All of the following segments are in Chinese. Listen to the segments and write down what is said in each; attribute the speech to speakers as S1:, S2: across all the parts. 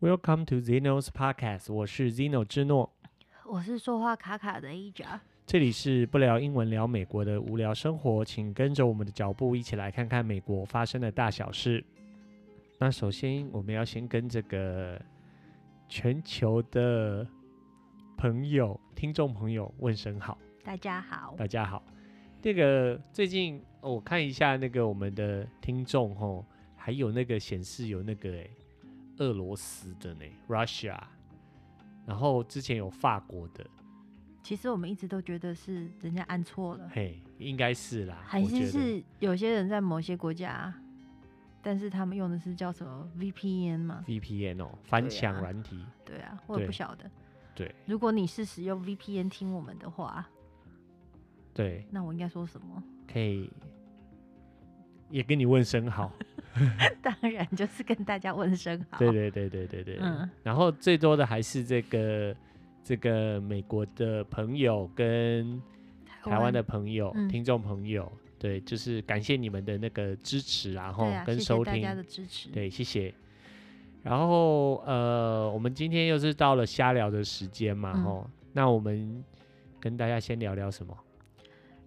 S1: Welcome to Zeno's Podcast，我是 Zeno 之诺，
S2: 我是说话卡卡的一家。
S1: 这里是不聊英文聊美国的无聊生活，请跟着我们的脚步一起来看看美国发生的大小事。那首先我们要先跟这个全球的朋友、听众朋友问声好，
S2: 大家好，
S1: 嗯大家好。那个最近、哦我看一下那个我们的听众吼，还有那个显示有那个诶俄罗斯的呢，Russia，然后之前有法国的，
S2: 其实我们一直都觉得是人家按错了，
S1: 嘿，应该是啦，
S2: 还
S1: 我觉
S2: 是
S1: 得
S2: 是有些人在某些国家，但是他们用的是叫什么 VPN 嘛？
S1: VPN 哦，翻墙
S2: 啊
S1: 软体，
S2: 对啊，我也不
S1: 对
S2: 晓得。
S1: 对
S2: 如果你是使用 VPN 听我们的话，
S1: 对，
S2: 那我应该说什么？
S1: 可以也跟你问声 好，
S2: 当然就是跟大家问声好。
S1: 对对对对对对，
S2: 嗯
S1: 然后最多的还是这个这个美国的朋友跟台湾的朋友、
S2: 嗯
S1: 听众朋友，对，就是感谢你们的那个支持啊，然后
S2: 对啊，
S1: 跟
S2: 谢
S1: 收
S2: 谢
S1: 听，
S2: 大家的支持。
S1: 对，谢谢。然后呃，我们今天又是到了瞎聊的时间嘛，
S2: 嗯
S1: 吼、那我们跟大家先聊聊什么？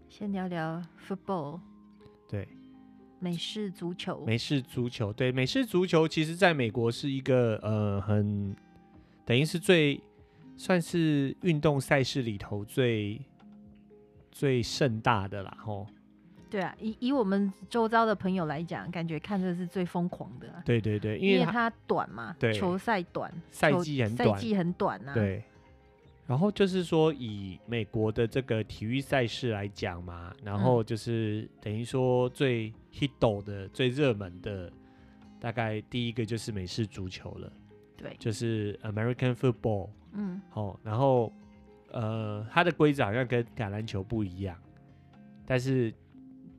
S2: 先聊聊 football
S1: 对，
S2: 美式足球，
S1: 美式足球，对，美式足球其实在美国是一个呃很，等于是最算是运动赛事里头最最盛大的啦，吼。
S2: 对啊，以以我们周遭的朋友来讲，感觉看这是最疯狂的啊、
S1: 对对对，
S2: 因
S1: 因为它
S2: 它短嘛，
S1: 对
S2: 球赛短，
S1: 赛
S2: 球
S1: 季很
S2: 赛
S1: 短，
S2: 季很短啊，，
S1: 对。然后就是说，以美国的这个体育赛事来讲嘛，然后就是等于说最 hit 的、最热门的，大概第一个就是美式足球了，
S2: 对，
S1: 就是 American football。
S2: 嗯，
S1: 哦，然后呃，它的规则好像跟橄榄球不一样，但是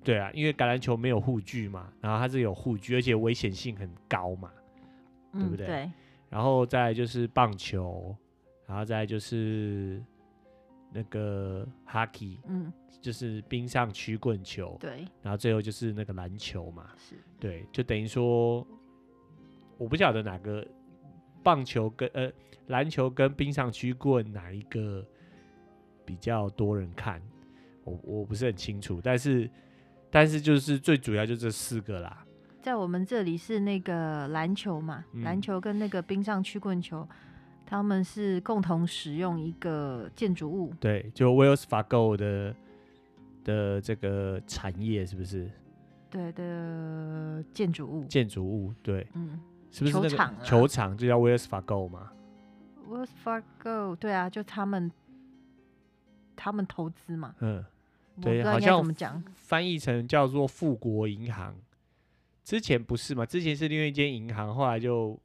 S1: 对啊，因为橄榄球没有护具嘛，然后它是有护具，而且危险性很高嘛。对不
S2: 嗯
S1: 对然后再来就是棒球，然后再来就是那个 hockey，
S2: 嗯，
S1: 就是冰上曲棍球，
S2: 对，
S1: 然后最后就是那个篮球嘛。
S2: 是，
S1: 对，就等于说，我不晓得哪个棒球跟呃篮球跟冰上曲棍哪一个比较多人看，我我不是很清楚，但是但是就是最主要就这四个啦，
S2: 在我们这里是那个篮球嘛，
S1: 嗯
S2: 篮球跟那个冰上曲棍球，他们是共同使用一个建筑物，
S1: 对，就 Wells Fargo 的的这个产业是不是
S2: 对的建筑物，
S1: 建筑物？对，
S2: 嗯
S1: 是不是
S2: 球
S1: 那个
S2: 场啊
S1: 球场就叫 Wells Fargo 嘛？
S2: ，Wells Fargo，对啊，就他们他们投资嘛，
S1: 嗯，
S2: 我不
S1: 对
S2: 知道
S1: 好
S2: 应该
S1: 像
S2: 怎么讲，
S1: 翻译成叫做富国银行。之前不是嘛？之前是另外一间银行，后来就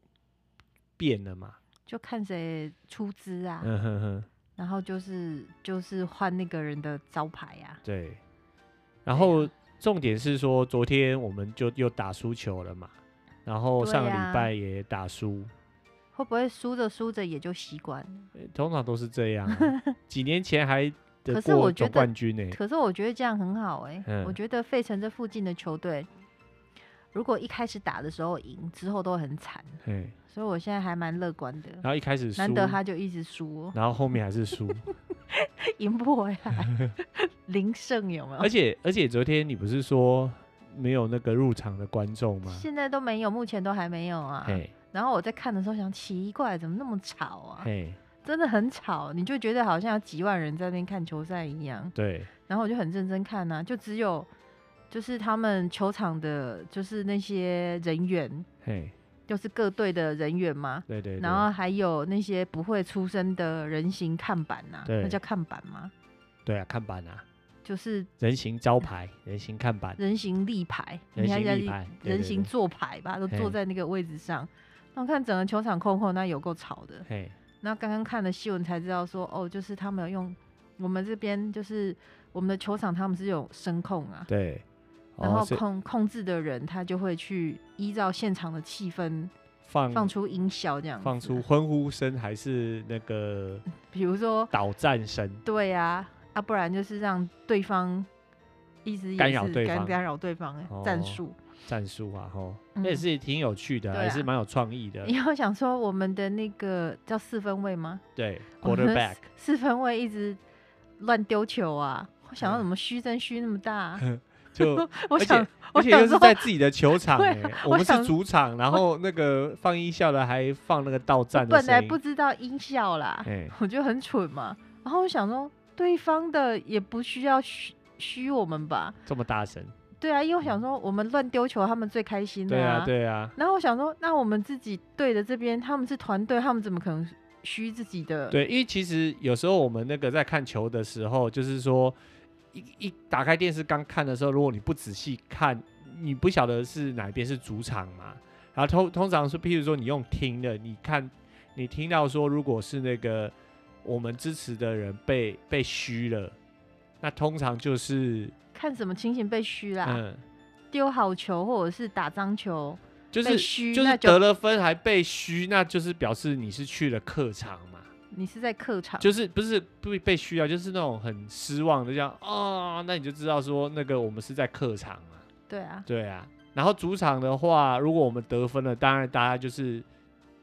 S1: 变了嘛。
S2: 就看谁出资啊，
S1: 嗯哼哼，
S2: 然后就是就是换那个人的招牌啊呀、
S1: 对。然
S2: 对
S1: 后
S2: 啊
S1: 重点是说，昨天我们就又打输球了嘛，然后上个
S2: 对
S1: 礼
S2: 啊
S1: 拜也打输，
S2: 会不会输着输着也就习惯了？
S1: 呃通常都是这样 啊、几年前还得
S2: 可是
S1: 过
S2: 我觉
S1: 总
S2: 得
S1: 冠军呢、
S2: 可是我觉得这样很好哎、
S1: 嗯
S2: 我觉得费城这附近的球队，如果一开始打的时候赢，之后都很惨，
S1: 嘿，
S2: 所以我现在还蛮乐观的。
S1: 然后一开始输，
S2: 难得他就一直输哦，
S1: 然后后面还是输，
S2: 赢不回来， 零胜有没有
S1: 而？且而且昨天你不是说没有那个入场的观众吗？
S2: 现在都没有，目前都还没有啊。
S1: 嘿，
S2: 然后我在看的时候想，奇怪，怎么那么吵啊？
S1: 嘿，
S2: 真的很吵，你就觉得好像有几万人在那边看球赛一样。
S1: 对，
S2: 然后我就很认真看呐、啊就只有就是他们球场的，就是那些人员，
S1: 嘿，
S2: 就是各队的人员嘛，
S1: 对对对。
S2: 然后还有那些不会出声的人形看板呐、
S1: 对
S2: 那叫看板吗？
S1: 对啊，看板啊，
S2: 就是
S1: 人形招牌、人形看板，
S2: 人形立牌，
S1: 人
S2: 你
S1: 形
S2: 看人
S1: 立
S2: 家
S1: 牌，对
S2: 人形，坐牌吧，都
S1: 嘿
S2: 坐在那个位置上。那我看整个球场空空，那有够吵的
S1: 对。对嘿，
S2: 那刚刚看了新闻才知道说，哦，就是他们有用我们这边就是我们的球场，他们是有声控啊，
S1: 对，
S2: 然
S1: 哦
S2: 后
S1: 是
S2: 控控制的人，他就会去依照现场的气氛
S1: 放
S2: 放出音效，这样子
S1: 放出，欢呼声还是那个
S2: 比如说
S1: 导战声，
S2: 对啊，啊不然就是让对方意思也
S1: 干
S2: 是
S1: 扰对
S2: 干
S1: 方
S2: 干扰对方、欸
S1: 哦
S2: 战术，
S1: 战术啊，吼，
S2: 嗯
S1: 那也是挺有趣的，
S2: 对啊
S1: 也是蛮有创意的。
S2: 嗯因为我想说我们的那个叫四分位吗？
S1: 对
S2: 我们
S1: ，quarterback，
S2: 四分位一直乱丢球啊，我想到
S1: 嗯
S2: 怎么虚真虚那么大啊、
S1: 就
S2: 我
S1: 而且
S2: 想，我
S1: 而且又
S2: 想
S1: 是
S2: 说，
S1: 在自己的球场
S2: 对
S1: 哎、
S2: 啊
S1: 我
S2: 我
S1: 们是
S2: 想
S1: 主场，然后那个放音效的还放那个到
S2: 我
S1: 站的
S2: 本来
S1: 声音
S2: 不，知道音效啦，
S1: 哎、
S2: 我就很蠢嘛。然后我想说，对方的也不需要虚虚我们吧？
S1: 这么大声，
S2: 对啊，因为我想说，我们乱丢球，他们最开心的、
S1: 嗯对啊，对啊，
S2: 然后我想说，那我们自己队的这边，他们是团队，他们怎么可能虚自己的？
S1: 对，因为其实有时候我们那个在看球的时候，就是说一一打开电视刚看的时候，如果你不仔细看，你不晓得是哪边是主场嘛。然后通通常是，譬如说你用听的，你看你听到说，如果是那个我们支持的人被被虚了，那通常就是
S2: 看什么情形被虚啦？
S1: 嗯。
S2: 丢好球或者是打脏球，
S1: 就
S2: 被
S1: 是
S2: 虚
S1: 就是
S2: 嗯那
S1: 得了分还被虚，那就是表示你是去了客场嘛，
S2: 你是在客场，
S1: 就是不是不被虚啊，就是那种很失望的这样啊，那你就知道说那个我们是在客场啊，
S2: 对啊，
S1: 对啊。然后主场的话，如果我们得分了，当然大家就是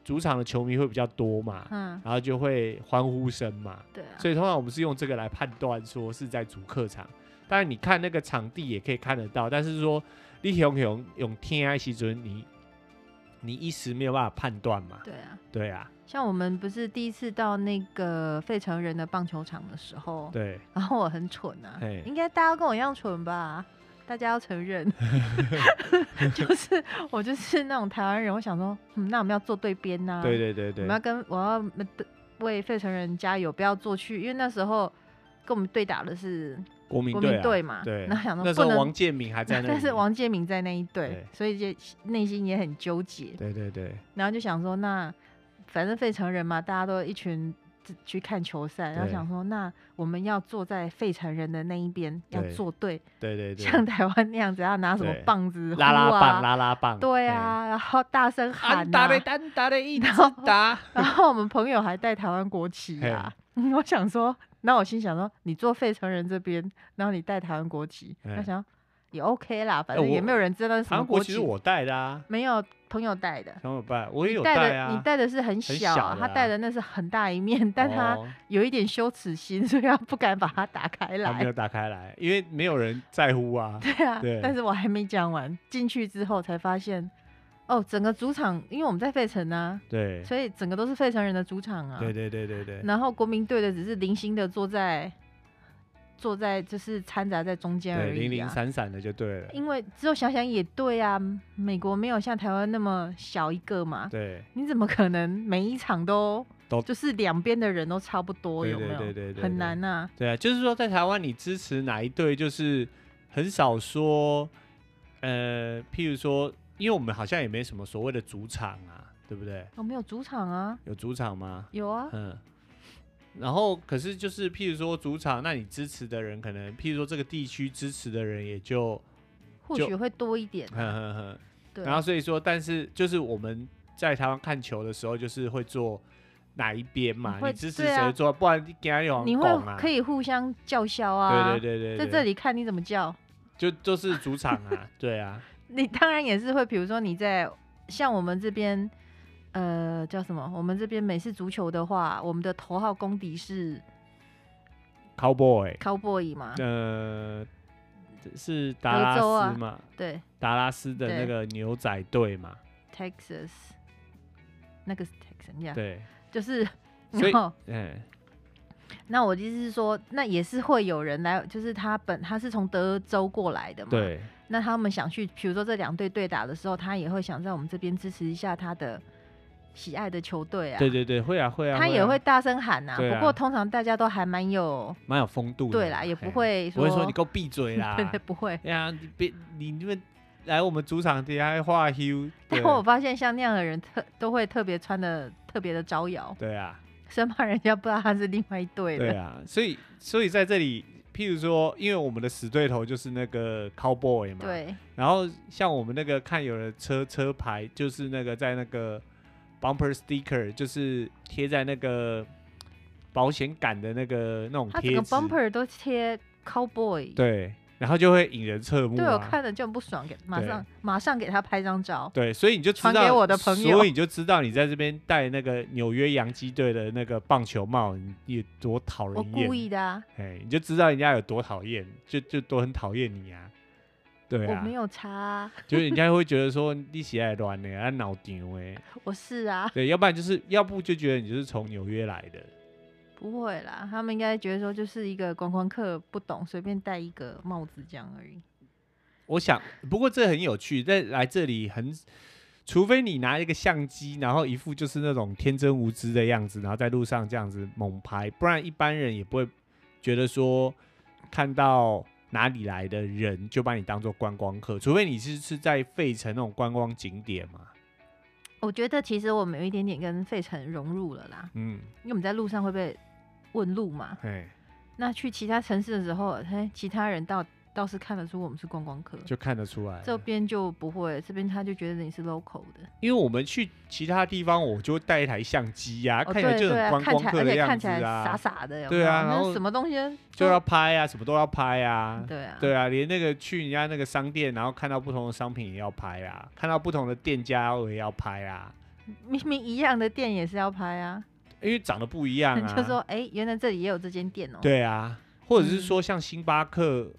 S1: 主场的球迷会比较多嘛，
S2: 嗯，
S1: 然后就会欢呼声嘛，
S2: 对啊，
S1: 所以通常我们是用这个来判断说是在主客场。当然你看那个场地也可以看得到，但是说你用用用天爱西尊，你你一时没有办法判断嘛。
S2: 对啊。
S1: 对啊，
S2: 像我们不是第一次到那个费城人的棒球场的时候，
S1: 对，
S2: 然后我很蠢啊
S1: 嘿，
S2: 应该大家跟我一样蠢吧？大家要承 认， 就是我就是那种台湾人，我想说，嗯，那我们要坐对边呐、
S1: 对对对
S2: 我们
S1: 对，
S2: 要跟我要呃为费城人加油，不要做去，因为那时候跟我们对打的是
S1: 国民
S2: 国
S1: 队
S2: 民
S1: 啊，
S2: 队嘛，
S1: 对，
S2: 然后想
S1: 那
S2: 说
S1: 时
S2: 不
S1: 候
S2: 能
S1: 王建民还在那里，
S2: 但是王建民在那一队
S1: 对，
S2: 所以就内心也很纠结，
S1: 对对对
S2: 然后就想说，那反正费城人嘛，大家都一群自去看球赛，然后
S1: 对
S2: 想说，那我们要坐在费城人的那一边，要
S1: 对
S2: 坐队，
S1: 对对对，
S2: 像台湾那样子，要拿什么
S1: 对
S2: 棒子、
S1: 拉拉
S2: 呼啊
S1: 棒拉拉棒，
S2: 对
S1: 嘿，
S2: 啊，然后大声喊
S1: 安达
S2: 啊，
S1: 的单打的一直
S2: 然后
S1: 打，
S2: 然后我们朋友还带台湾国旗啊， 我想说，那我心想说，你坐费城人这边，然后你带台湾国旗，
S1: 嘿
S2: 我想也 OK 啦，反
S1: 哎
S2: 正也
S1: 我
S2: 没有人知道那是什
S1: 韩
S2: 么
S1: 国其
S2: 旗
S1: 实，我带的啊，
S2: 没有朋友带的。
S1: 想我办，我也有
S2: 带的
S1: 啊，
S2: 你带的是很
S1: 很
S2: 小
S1: 小
S2: 啊，
S1: 的
S2: 他
S1: 啊
S2: 带的那是很大一面，但他
S1: 哦
S2: 有一点羞耻心，所以他不敢把它打开
S1: 他没有
S2: 来。
S1: 打开来，因为没有人在乎啊，
S2: 对啊，
S1: 对
S2: 但是我还没讲完，进去之后才发现，哦，整个主场，因为我们在费城啊，
S1: 对，
S2: 所以整个都是费城人的主场啊。
S1: 对对对对对，
S2: 然后国民队的只是零星的坐在坐在就是掺杂在中间而
S1: 对
S2: 已、啊，
S1: 零零散散的就对了，
S2: 因为之后想想也对啊，美国没有像台湾那么小一个嘛，
S1: 对
S2: 你怎么可能每一场都
S1: 都
S2: 就是两边的人都差不多？
S1: 对
S2: 有没
S1: 对
S2: 有？
S1: 对对对对
S2: 很难呐、
S1: 对啊，就是说在台湾你支持哪一队，就是很少说，呃，譬如说，因为我们好像也没什么所谓的主场啊，对不对？
S2: 我、们有主场啊，
S1: 有主场吗？
S2: 有啊，
S1: 嗯。然后，可是就是，譬如说主场，那你支持的人可能，譬如说这个地区支持的人也就，
S2: 或许会多一点、
S1: 呵呵呵，
S2: 对，
S1: 然后所以说，但是就是我们在台湾看球的时候，就是会做哪一边嘛，
S2: 你
S1: 你
S2: 会
S1: 支持
S2: 对啊
S1: 谁做，不然你给他有
S2: 你
S1: 拱啊
S2: 会。可以互相叫嚣啊。
S1: 对对对对，
S2: 在这里看你怎么叫，
S1: 就就是主场 啊，对啊，
S2: 你当然也是会，比如说你在像我们这边，呃，叫什么？我们这边美式足球的话，我们的头号公敌是
S1: Cowboy，
S2: Cowboy 嘛，
S1: 呃，是达拉
S2: 德州啊
S1: 斯嘛，
S2: 对
S1: 达拉斯的那
S2: 对
S1: 个牛仔队嘛，
S2: ，Texas，那个是 Texas 呀，
S1: 对，
S2: 就是，
S1: 所以
S2: 然后
S1: 嗯，
S2: 那我的意思是说，那也是会有人来，就是他本他是从德州过来的嘛。。
S1: 对，
S2: 那他们想去，比如说这两队对打的时候，他也会想在我们这边支持一下他的喜爱的球队啊。
S1: 对对对，会啊会啊，
S2: 他也
S1: 啊
S2: 会大声喊呐、
S1: 对啊
S2: 不过通常大家都还蛮有，
S1: 蛮有风度的，
S2: 对啦，也不
S1: 嘿，
S2: 会
S1: 不
S2: 说，
S1: 会说你给我闭嘴啦，
S2: 对对，不会。
S1: 哎呀，你别你你们来我们主场底下画 Q，
S2: 但我发现像那样的人特都会特别穿的特别的招摇，
S1: 对啊，
S2: 生怕人家不知道他是另外一队
S1: 对
S2: 的。
S1: 啊，所以所以在这里，譬如说，因为我们的死对头就是那个 Cowboy 嘛，
S2: 对
S1: 然后像我们那个看有的车车牌，就是那个在那个 bumper sticker，就是贴在那个保险杆的那个那种
S2: 他整
S1: 贴
S2: 个
S1: 纸。
S2: bumper 都贴 cowboy，
S1: 对，然后就会引人侧目、
S2: 对
S1: 啊。
S2: 我看了就很不爽，给马上马上给他拍张照。
S1: 对，所以你就知
S2: 传
S1: 道
S2: 给我的朋友
S1: 所以你就知道你在这边戴那个纽约洋基队的那个棒球帽，你你多讨
S2: 我
S1: 人
S2: 故
S1: 厌，
S2: 意的啊，
S1: 哎，你就知道人家有多讨厌，就就多很讨厌你啊，对
S2: 我
S1: 啊
S2: 没，有差、啊，
S1: 就是人家会觉得说你起来乱的，啊脑丢哎，
S2: 我是啊，
S1: 对，要不然就是要不就觉得你就是从纽约来的，
S2: 不会啦。他们应该觉得说就是一个观光客不懂，随便戴一个帽子这样而已。
S1: 我想，不过这很有趣，在来这里很，除非你拿一个相机，然后一副就是那种天真无知的样子，然后在路上这样子猛拍，不然一般人也不会觉得说看到哪里来的人就把你当做观光客，除非你是是在费城那种观光景点嘛，
S2: 我觉得其实我们有一点点跟费城融入了啦，
S1: 嗯，
S2: 因为我们在路上会被问路嘛。
S1: 哎，
S2: 那去其他城市的时候，嘿，其他人倒倒是看得出我们是观光客，
S1: 就看得出来。
S2: 这边就不会，这边他就觉得你是 local 的，
S1: 因为我们去其他地方，我就会带一台相机呀、
S2: 哦
S1: 看起来
S2: 对
S1: 就
S2: 对
S1: 很
S2: 啊
S1: 观
S2: 看
S1: 光
S2: 起来
S1: 客
S2: 而
S1: 的
S2: 且
S1: 样
S2: 看起
S1: 子
S2: 来
S1: 啊，
S2: 傻傻的，有
S1: 对
S2: 没有
S1: 啊然
S2: 那
S1: 后
S2: 什么东西
S1: 就要拍啊，什么都要拍啊，
S2: 对啊，
S1: 对啊，连那个去人家那个商店，然后看到不同的商品也要拍啊，看到不同的店家我也要拍啊，
S2: 明明一样的店也是要拍啊，
S1: 因为长得不一样啊。
S2: 就说哎、原来这里也有这间店哦、
S1: 对啊，或者是
S2: 嗯
S1: 说像星巴克，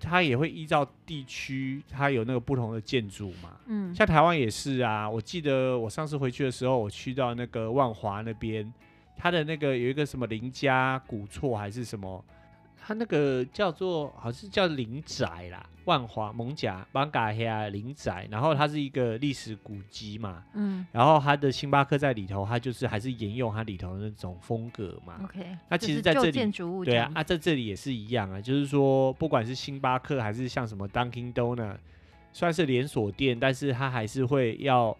S1: 它也会依照地区，它有那个不同的建筑嘛。
S2: 嗯，
S1: 像台湾也是啊，我记得我上次回去的时候，我去到那个万华那边，它的那个有一个什么林家古厝还是什么，它那个叫做好像是叫林宅啦，万华蒙甲邦嘎黑啊林宅，然后它是一个历史古迹嘛，
S2: 嗯
S1: 然后它的星巴克在里头，它就是还是沿用它里头的那种风格嘛。
S2: ，OK，
S1: 那
S2: 就
S1: 其
S2: 是
S1: 实在
S2: 旧
S1: 这里
S2: 建筑物
S1: 对
S2: 这
S1: 啊
S2: 样，
S1: 啊，在这里也是一样啊，就是说，不管是星巴克还是像什么 Dunkin' Donut，算是连锁店，但是它还是会要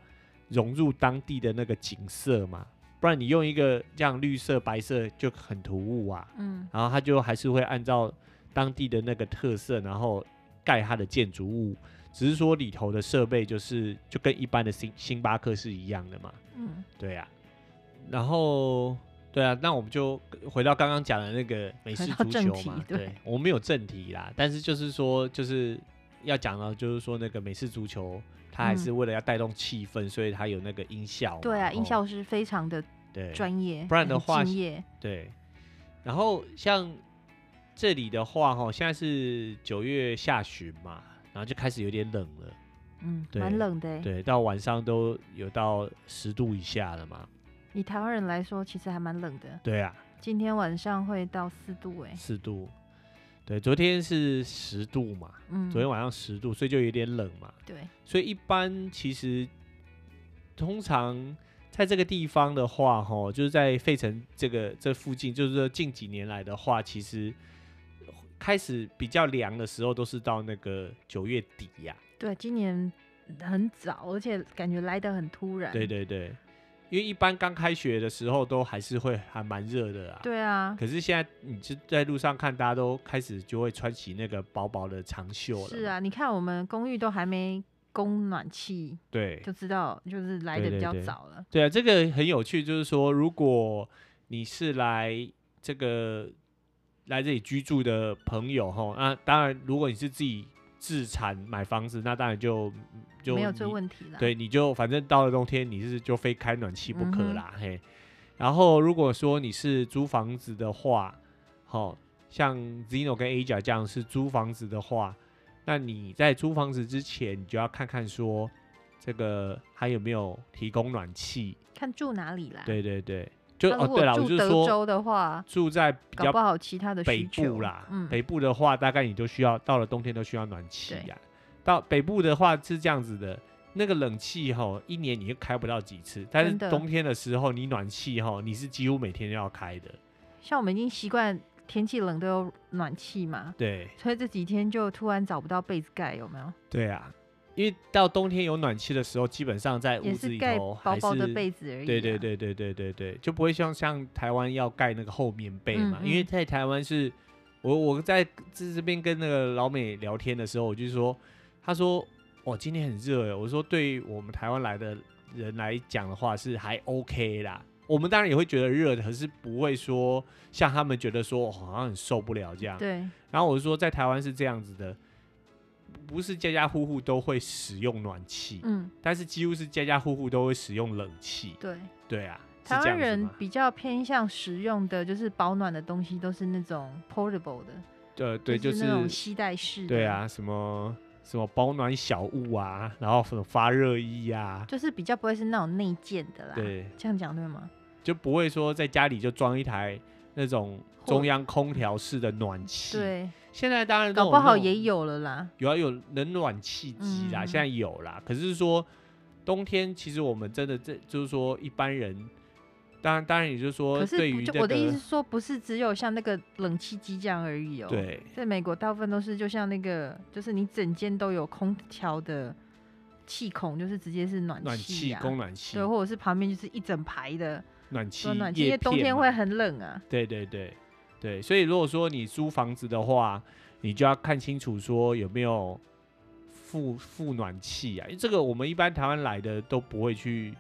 S1: 融入当地的那个景色嘛，不然你用一个这样绿色、白色就很突兀啊。
S2: 嗯
S1: 然后它就还是会按照当地的那个特色，然后盖它的建筑物，只是说里头的设备就是就跟一般的星星巴克是一样的嘛。
S2: 嗯，
S1: 对啊，然后对啊，那我们就回到刚刚讲的那个美式
S2: 回到
S1: 足
S2: 正
S1: 球
S2: 题
S1: 嘛，
S2: 对
S1: 我们有正题啦，但是就是说，就是要讲到，就是说那个美式足球，它还是为了要带动气氛，所以它有那个音效嘛，
S2: 嗯对啊，
S1: 吼
S2: 音效是非常的
S1: 对
S2: 专业，
S1: 不然的
S2: 很
S1: 话
S2: 敬业，
S1: 对，然后像这里的话，哈，现在是九月下旬嘛，然后就开始有点冷了。
S2: 嗯，
S1: 对
S2: 蛮冷的、欸，
S1: 对，到晚上都有到十度以下了嘛。
S2: 以台湾人来说，其实还蛮冷的，
S1: 对啊，
S2: 今天晚上会到四度、欸，哎，
S1: 四度，对，昨天是十度嘛，
S2: 嗯，
S1: 昨天晚上十度，所以就有点冷嘛。
S2: 对，
S1: 所以一般其实通常在这个地方的话，哈，就是在费城这个这附近，就是说近几年来的话，其实开始比较凉的时候都是到那个九月底呀、
S2: 对，今年很早，而且感觉来得很突然。
S1: 对对对，因为一般刚开学的时候都还是会还蛮热的啊。
S2: 对啊，
S1: 可是现在你就在路上看，大家都开始就会穿起那个薄薄的长袖了。
S2: 是，啊，你看我们公寓都还没供暖气，
S1: 对
S2: 就知道就是来
S1: 对
S2: 的
S1: 对
S2: 比较
S1: 对
S2: 早了。
S1: 对啊，这个很有趣，就是说，如果你是来这个来这里居住的朋友吼，那当然，如果你是自己自产买房子，那当然就就
S2: 没有
S1: 你
S2: 这问题啦。
S1: 对，你就反正到了冬天，你是就非开暖气不可
S2: 嗯哼
S1: 啦，嘿。然后如果说你是租房子的话，好、像 Zino 跟 A 甲这样是租房子的话，那你在租房子之前，你就要看看说这个还有没有提供暖气。
S2: 看住哪里啦。
S1: 对对对，就
S2: 啊那
S1: 哦
S2: 如
S1: 对
S2: 果
S1: 啦，我
S2: 住
S1: 就
S2: 德
S1: 是说
S2: 州的话，
S1: 住在比
S2: 搞
S1: 较
S2: 不好其他的
S1: 北
S2: 需求
S1: 部啦，
S2: 嗯，
S1: 北部的话，大概你都需要到了冬天都需要暖气
S2: 对
S1: 呀、到北部的话是这样子的，那个冷气吼，一年你就开不到几次，但是
S2: 真的
S1: 冬天的时候你暖气吼，你是几乎每天都要开的。
S2: 像我们已经习惯天气冷都有暖气嘛，
S1: 对
S2: 所以这几天就突然找不到被子盖，有没有？
S1: 对啊，因为到冬天有暖气的时候，基本上在
S2: 也
S1: 屋子
S2: 是
S1: 里
S2: 盖
S1: 头
S2: 薄
S1: 还是
S2: 薄的被子而已、啊。
S1: 对对，对对对对对，就不会像像台湾要盖那个厚棉被嘛，
S2: 嗯
S1: 因为
S2: 嗯
S1: 在台湾是，我我在这这边跟那个老美聊天的时候，我就说，他说哦今天很热耶，我说对于我们台湾来的人来讲的话是还 OK 啦，我们当然也会觉得热，可是不会说像他们觉得说、哦好像很受不了这样。
S2: 对，
S1: 然后我就说，在台湾是这样子的，不是家家户户都会使用暖气，
S2: 嗯，
S1: 但是几乎是家家户户都会使用冷气。
S2: 对，
S1: 对啊，是
S2: 台
S1: 这样
S2: 湾
S1: 子
S2: 人
S1: 吗？
S2: 比较偏向实用的，就是保暖的东西都是那种 portable 的，
S1: 对呃对，就
S2: 那种
S1: 是
S2: 吸带式的，
S1: 对，啊，什么什么保暖小物啊，然后什么发热衣啊，
S2: 就是比较不会是那种内建的啦。，
S1: 对，
S2: 这样讲对啊吗？
S1: 就不会说在家里就装一台那种
S2: 或
S1: 中央空调式的暖气。，
S2: 对，
S1: 现在当然都
S2: 搞
S1: 有
S2: 不
S1: 那
S2: 好
S1: 种
S2: 也有了啦。
S1: 有啊，有冷暖气机啦，
S2: 嗯
S1: 现在有啦。可是说冬天，其实我们真的这就是说一般人，当然当然也就是说
S2: 可是
S1: 对
S2: 不
S1: 于
S2: 就
S1: 这
S2: 我的意思是
S1: 个
S2: 说，不是只有像那个冷气机这样而已哦。，
S1: 对
S2: 在美国大部分都是就像那个，就是你整间都有空调的气孔，就是直接是暖
S1: 暖
S2: 气
S1: 气、
S2: 啊。
S1: 供暖气
S2: 对，、或者是旁边就是一整排的
S1: 暖气
S2: 装暖气，因
S1: 叶
S2: 为冬
S1: 片
S2: 天
S1: 嘛
S2: 会很冷啊。
S1: 对对对对，所以如果说你租房子的话，你就要看清楚说有没有附附暖气啊，因为这个我们一般台湾来的都不会去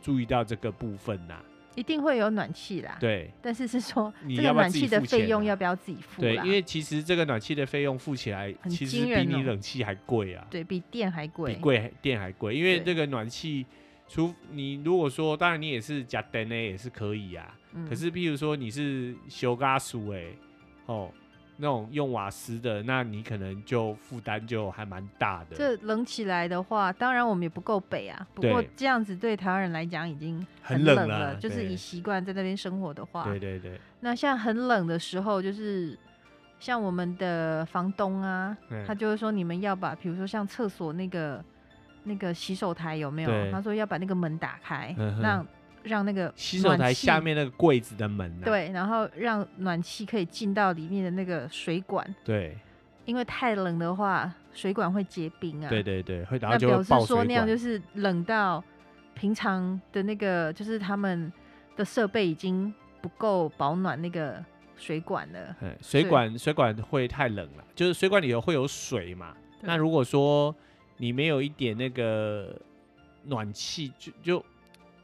S1: 注意到这个部分呐、
S2: 一定会有暖气啦。
S1: 对
S2: 但是是说
S1: 你
S2: 这
S1: 要
S2: 个
S1: 不要
S2: 暖
S1: 自己
S2: 气的
S1: 付
S2: 费
S1: 钱
S2: 用
S1: 啊
S2: 要不要自己付
S1: 对，
S2: 啦？
S1: 因为其实这个暖气的费用付起来
S2: 很
S1: 其实
S2: 惊
S1: 比
S2: 人
S1: 你
S2: 哦
S1: 冷气还贵啊。
S2: 对比电还贵。
S1: 比贵还电还贵，因为这
S2: 对
S1: 个暖气，除你如果说，当然你也是加灯呢，也是可以啊。
S2: 嗯
S1: 可是，譬如说你是修嘎鼠哎，哦，那种用瓦斯的，那你可能就负担就还蛮大的。
S2: 这冷起来的话，当然我们也不够北啊。不过
S1: 对
S2: 这样子对台湾人来讲已经
S1: 很冷
S2: 冷
S1: 了
S2: 就是
S1: 对
S2: 以习惯在那边生活的话，
S1: 对对对，
S2: 那像很冷的时候，就是像我们的房东啊，他
S1: 嗯，
S2: 就会说你们要把，比如说像厕所那个那个洗手台有没有？
S1: 对
S2: 他说要把那个门打开，
S1: 嗯哼
S2: 让让那个
S1: 洗手台
S2: 暖气
S1: 下面那个柜子的门、啊，
S2: 对，然后让暖气可以进到里面的那个水管，
S1: 对
S2: 因为太冷的话，水管会结冰啊。
S1: 对对对，会然后
S2: 那
S1: 就
S2: 表
S1: 会
S2: 示
S1: 爆水
S2: 说那样
S1: 管，
S2: 就是冷到平常的那个，就是他们的设备已经不够保暖那个水管了。
S1: 嗯，水
S2: 对
S1: 管水管会太冷了，就是水管里头会有水嘛。
S2: 对
S1: 那如果说你没有一点那个暖气，就就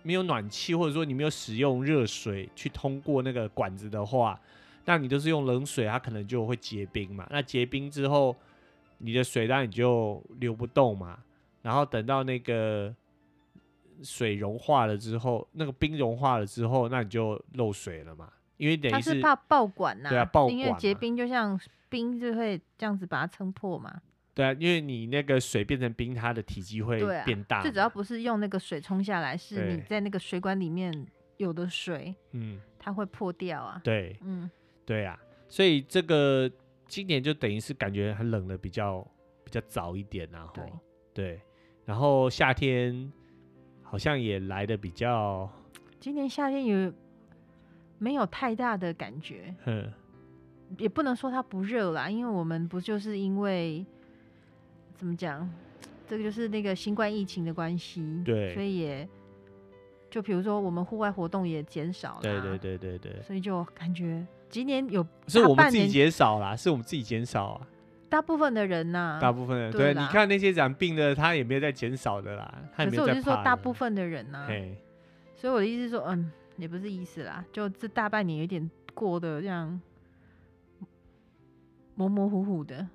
S1: 没有暖气，或者说你没有使用热水去通过那个管子的话，那你都是用冷水，它可能就会结冰嘛。那结冰之后，你的水当然你就流不动嘛。然后等到那个水融化了之后，那个冰融化了之后，那你就漏水了嘛，因为等
S2: 他
S1: 于
S2: 是怕爆管呐、
S1: 对啊爆
S2: 因为
S1: 管
S2: 结
S1: 嘛
S2: 冰就像冰就会这样子把它撑破嘛。
S1: 对啊，因为你那个水变成冰，它的体积会
S2: 对啊
S1: 变大嘛。
S2: 最主要不是用那个水冲下来，是你
S1: 对
S2: 在那个水管里面有的水
S1: 嗯，
S2: 它会破掉啊。
S1: 对
S2: 嗯，
S1: 对啊，所以这个今年就等于是感觉很冷的比较比较早一点然后
S2: 对
S1: 对，然后夏天好像也来的比较，
S2: 今年夏天有没有太大的感觉？
S1: 嗯，
S2: 也不能说它不热啦，因为我们不就是因为怎么讲，这个就是那个新冠疫情的关系，
S1: 对
S2: 所以也就比如说我们户外活动也减少了，
S1: 对对，对对对，
S2: 所以就感觉今年有
S1: 是
S2: 大
S1: 我们
S2: 半
S1: 自己
S2: 年
S1: 减少啦，是我们自己减少啊，
S2: 大部分的人呐、
S1: 大部分人
S2: 嗯对
S1: 对，你
S2: 啦
S1: 看那些染病的，他也没有在减少的啦，他也
S2: 可
S1: 没
S2: 是
S1: 有
S2: 我
S1: 在
S2: 就说
S1: 怕的
S2: 大部，分的啊人呐、
S1: 嘿，
S2: 所以我的意思是说，嗯，也不是意思啦，就这大半年有点过得这样模模糊糊的，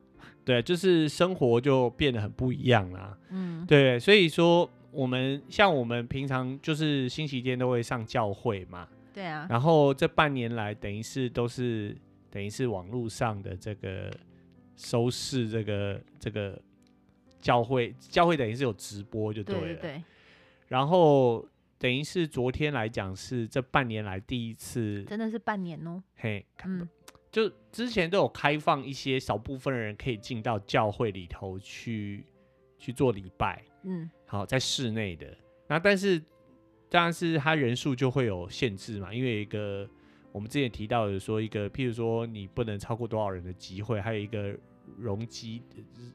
S1: 对，就是生活就变得很不一样啦。
S2: 嗯，
S1: 对，所以说我们像我们平常就是星期天都会上教会嘛，
S2: 对啊，
S1: 然后这半年来等于是都是等于是网络上的这个收视这个这个教会教会等于是有直播就
S2: 对
S1: 了，
S2: 对对，
S1: 然后等于是昨天来讲是这半年来第一次
S2: 真的是半年哦、
S1: 嘿，看
S2: 嗯，
S1: 就之前都有开放一些少部分的人可以进到教会里头去去做礼拜。
S2: 嗯，
S1: 好，在室内的。那但是，当然是它人数就会有限制嘛，因为一个我们之前提到的说一个，譬如说你不能超过多少人的集会，还有一个容积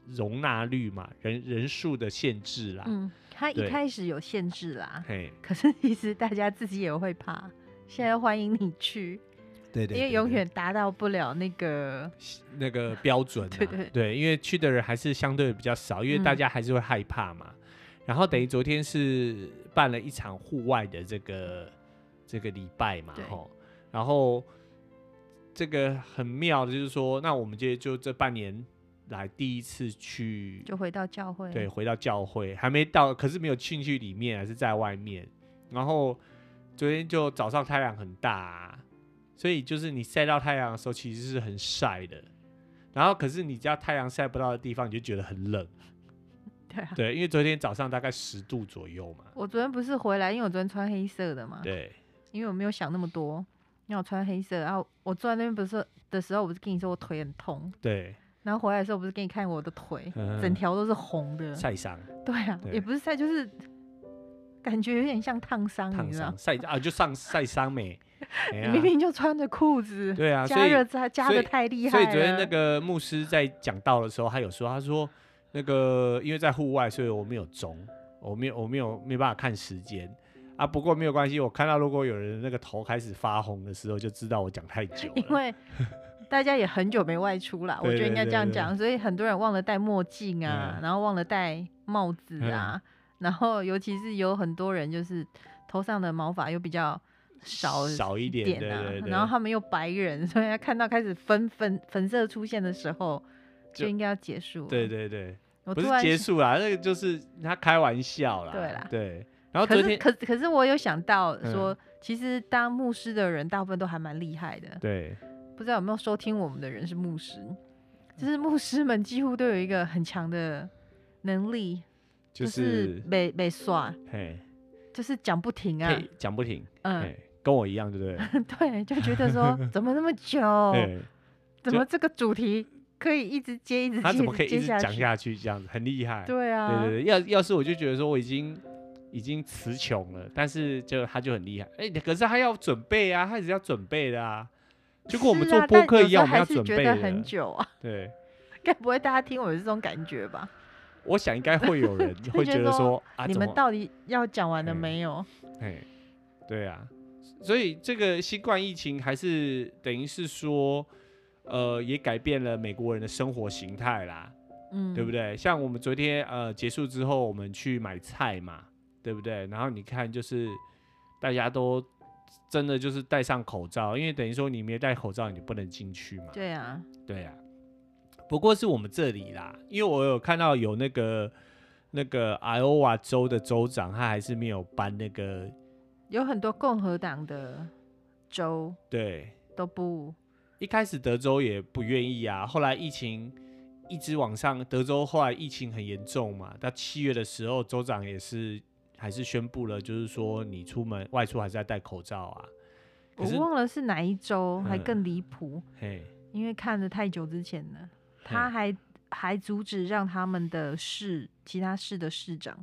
S1: 容纳率嘛，人人数的限制啦。
S2: 嗯，他一
S1: 对
S2: 开始有限制啦，
S1: 嘿，
S2: 可是其实大家自己也会怕。现在欢迎你去，
S1: 对
S2: 因为永远达到不了那个，
S1: 那个标准、啊，
S2: 对对
S1: 因为去的人还是相对比较少，因为
S2: 嗯
S1: 大家还是会害怕嘛。然后等于昨天是办了一场户外的这个这个礼拜嘛
S2: 对，
S1: 吼，然后这个很妙的就是说，那我们就就这半年来第一次去，
S2: 就回到教会。
S1: 对，，回到教会，还没到，可是没有进去里面，还是在外面。然后昨天就早上太阳很大啊、所以就是你晒到太阳的时候，其实是很晒的。然后可是你只要太阳晒不到的地方，你就觉得很冷。
S2: 对啊。
S1: 对，因为昨天早上大概十度左右嘛。
S2: 我昨天不是回来，因为我昨天穿黑色的嘛，
S1: 对，
S2: 因为我没有想那么多，因为我穿黑色，然后我坐在那边不是的时候，我不是跟你说我腿很痛，
S1: 对，
S2: 然后回来的时候不是给你看我的腿，
S1: 嗯
S2: 整条都是红的，
S1: 晒伤、
S2: 对啊，
S1: 对
S2: 也不是晒，就是感觉有点像烫伤，
S1: 烫
S2: 嗯你知道
S1: 伤、，晒啊，就上晒伤 没？哎呀
S2: 明明就穿着裤子，
S1: 对啊，所
S2: 加
S1: 以
S2: 热加加
S1: 所
S2: 的
S1: 以
S2: 太厉害
S1: 所以
S2: 了，
S1: 昨天那个牧师在讲道的时候，他有说，他说那个因为在户外，所以我没有钟，我没有我没有没办法看时间啊。不过没有关系，我看到如果有人那个头开始发红的时候，就知道我讲太久
S2: 因
S1: 了。
S2: 为大家也很久没外出 啦，我
S1: 对
S2: 觉得应
S1: 对
S2: 该
S1: 对
S2: 这样
S1: 对
S2: 讲，所以很多人忘了戴墨镜啊，
S1: 嗯
S2: 然后忘了戴帽子啊， 然后尤其是有很多人就是头上的毛发又比较少
S1: 少一点
S2: 点
S1: 对
S2: 啊，
S1: 对对
S2: 然后他们又白人， 所以他看到开始分粉粉色出现的时候，就
S1: 就
S2: 应该要结束了。
S1: 对对对，
S2: 我
S1: 不
S2: 突
S1: 是
S2: 然
S1: 结
S2: 想。
S1: 束啦，那个就是他开玩笑啦。
S2: 对啦
S1: 对。然后
S2: 可
S1: 昨
S2: 是，
S1: 天
S2: 可可是我有想到
S1: 嗯
S2: 说，其实当牧师的人大部分都还蛮厉害的。
S1: 对
S2: 不知道有没有收听我们的人是牧师，
S1: 嗯
S2: 就是牧师们几乎都有一个很强的能力，
S1: 就
S2: 就是
S1: 是
S2: 被被刷，
S1: 嘿
S2: 就是讲不停啊，
S1: 嘿讲不停，
S2: 嗯，
S1: 嘿跟我一样对不对？
S2: 对，就觉 得说怎么那么久，
S1: 对，
S2: 怎么这个主题可以一直接一直接，
S1: 他怎么可以一直
S2: 接
S1: 讲
S2: 去？
S1: 下去这样子，很厉害。
S2: 对啊，
S1: 对对对，要要是我就觉得说我已经已经词穷了，但是就他就很厉害，哎、可是他要准备啊，他也是要准备的啊，就跟我们
S2: 是
S1: 做
S2: 啊
S1: 播
S2: 但
S1: 客
S2: 有
S1: 一
S2: 时
S1: 样，
S2: 候
S1: 我们要
S2: 还是
S1: 准
S2: 觉
S1: 备
S2: 得
S1: 的。
S2: 很久啊，
S1: 对，
S2: 该不会大家听我也是这种感觉吧？
S1: 我想应该会有人
S2: 就
S1: 会
S2: 觉
S1: 觉
S2: 得
S1: 得
S2: 说
S1: 说啊，
S2: 你
S1: 怎
S2: 们
S1: 么
S2: 到底要讲完了
S1: 嗯
S2: 没有？
S1: 哎，对啊，所以这个新冠疫情还是等于是说，呃，也改变了美国人的生活形态啦。
S2: 嗯，
S1: 对不？对？像我们昨天呃结束之后，我们去买菜嘛，对不对？然后你看，就是大家都真的就是戴上口罩，因为等于说你没戴口罩，你就不能进去嘛。
S2: 对啊，
S1: 对啊，不过是我们这里啦，因为我有看到有那个那个 Iowa 州的州长，他还是没有搬那个
S2: 有很多共和党的州
S1: 对。
S2: 都不
S1: 一开始德州也不愿意啊，后来疫情一直往上，德州后来疫情很严重嘛，到七月的时候，州长也是还是宣布了，就是说你出门外出还是要戴口罩啊。可
S2: 我
S1: 是，
S2: 忘了是哪一周，还
S1: 嗯
S2: 更离谱，
S1: 嘿，
S2: 因为看的太久之前了。他
S1: 嘿
S2: 还还阻止让他们的市其他市的市长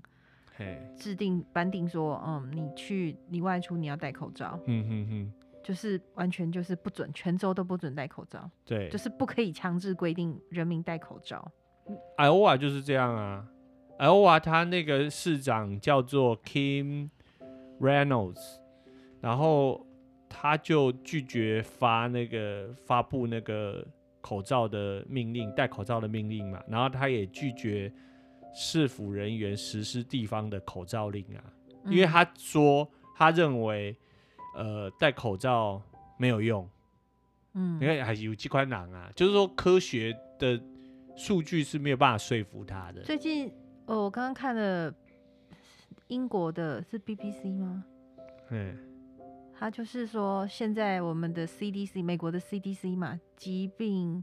S1: 嘿，
S2: 制定颁定说，嗯，你去你外出你要戴口罩，
S1: 嗯哼哼，
S2: 就是完全就是不准，全州都不准戴口罩，
S1: 对，
S2: 就是不可以强制规定人民戴口罩。
S1: 艾欧瓦就是这样啊。艾欧瓦他那个市长叫做 Kim Reynolds，然后他就拒绝发那个发布那个口罩的命令，戴口罩的命令嘛。然后他也拒绝市府人员实施地方的口罩令啊，因为
S2: 嗯
S1: 他说他认为，呃，戴口罩没有用。
S2: 嗯
S1: 你看还是有几款人啊，就是说科学的数据是没有办法说服他的。
S2: 最近哦，我刚刚看了英国的是 BBC 吗？
S1: 嗯，
S2: 他就是说，现在我们的 CDC，美国的 CDC 嘛，疾病，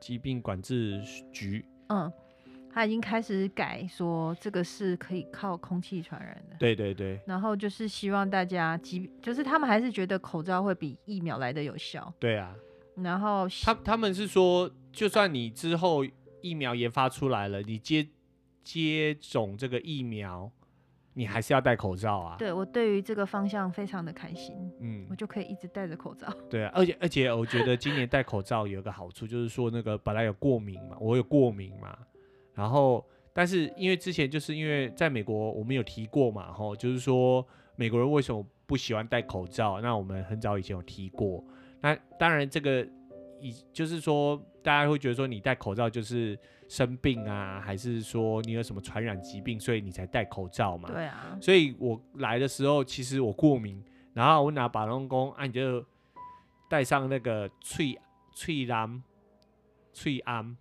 S1: 疾病管制局
S2: 嗯，他已经开始改说这个是可以靠空气传染的。
S1: 对对对
S2: 然后就是希望大家疾，就是他们还是觉得口罩会比疫苗来的有效。
S1: 对啊，
S2: 然后
S1: 他他们是说，就算你之后疫苗研发出来了，你接接种这个疫苗，你还是要戴口罩啊。，
S2: 对我对于这个方向非常的开心，
S1: 嗯
S2: 我，就可以一直戴着口罩。
S1: 对啊，而且而且我觉得今年戴口罩有一个好处，就是说那个本来有过敏嘛，我有过敏嘛，然后但是因为之前就是因为在美国我们有提过嘛，吼，就是说美国人为什么不喜欢戴口罩？那我们很早以前有提过，那当然这个以就是说大家会觉得说你戴口罩就是生病啊，还是说你有什么传染疾病，所以你才戴口罩嘛？
S2: 对啊，
S1: 所以我来的时候，其实我过敏，然后我拿把龙弓，啊，你就带上那个翠翠蓝翠安，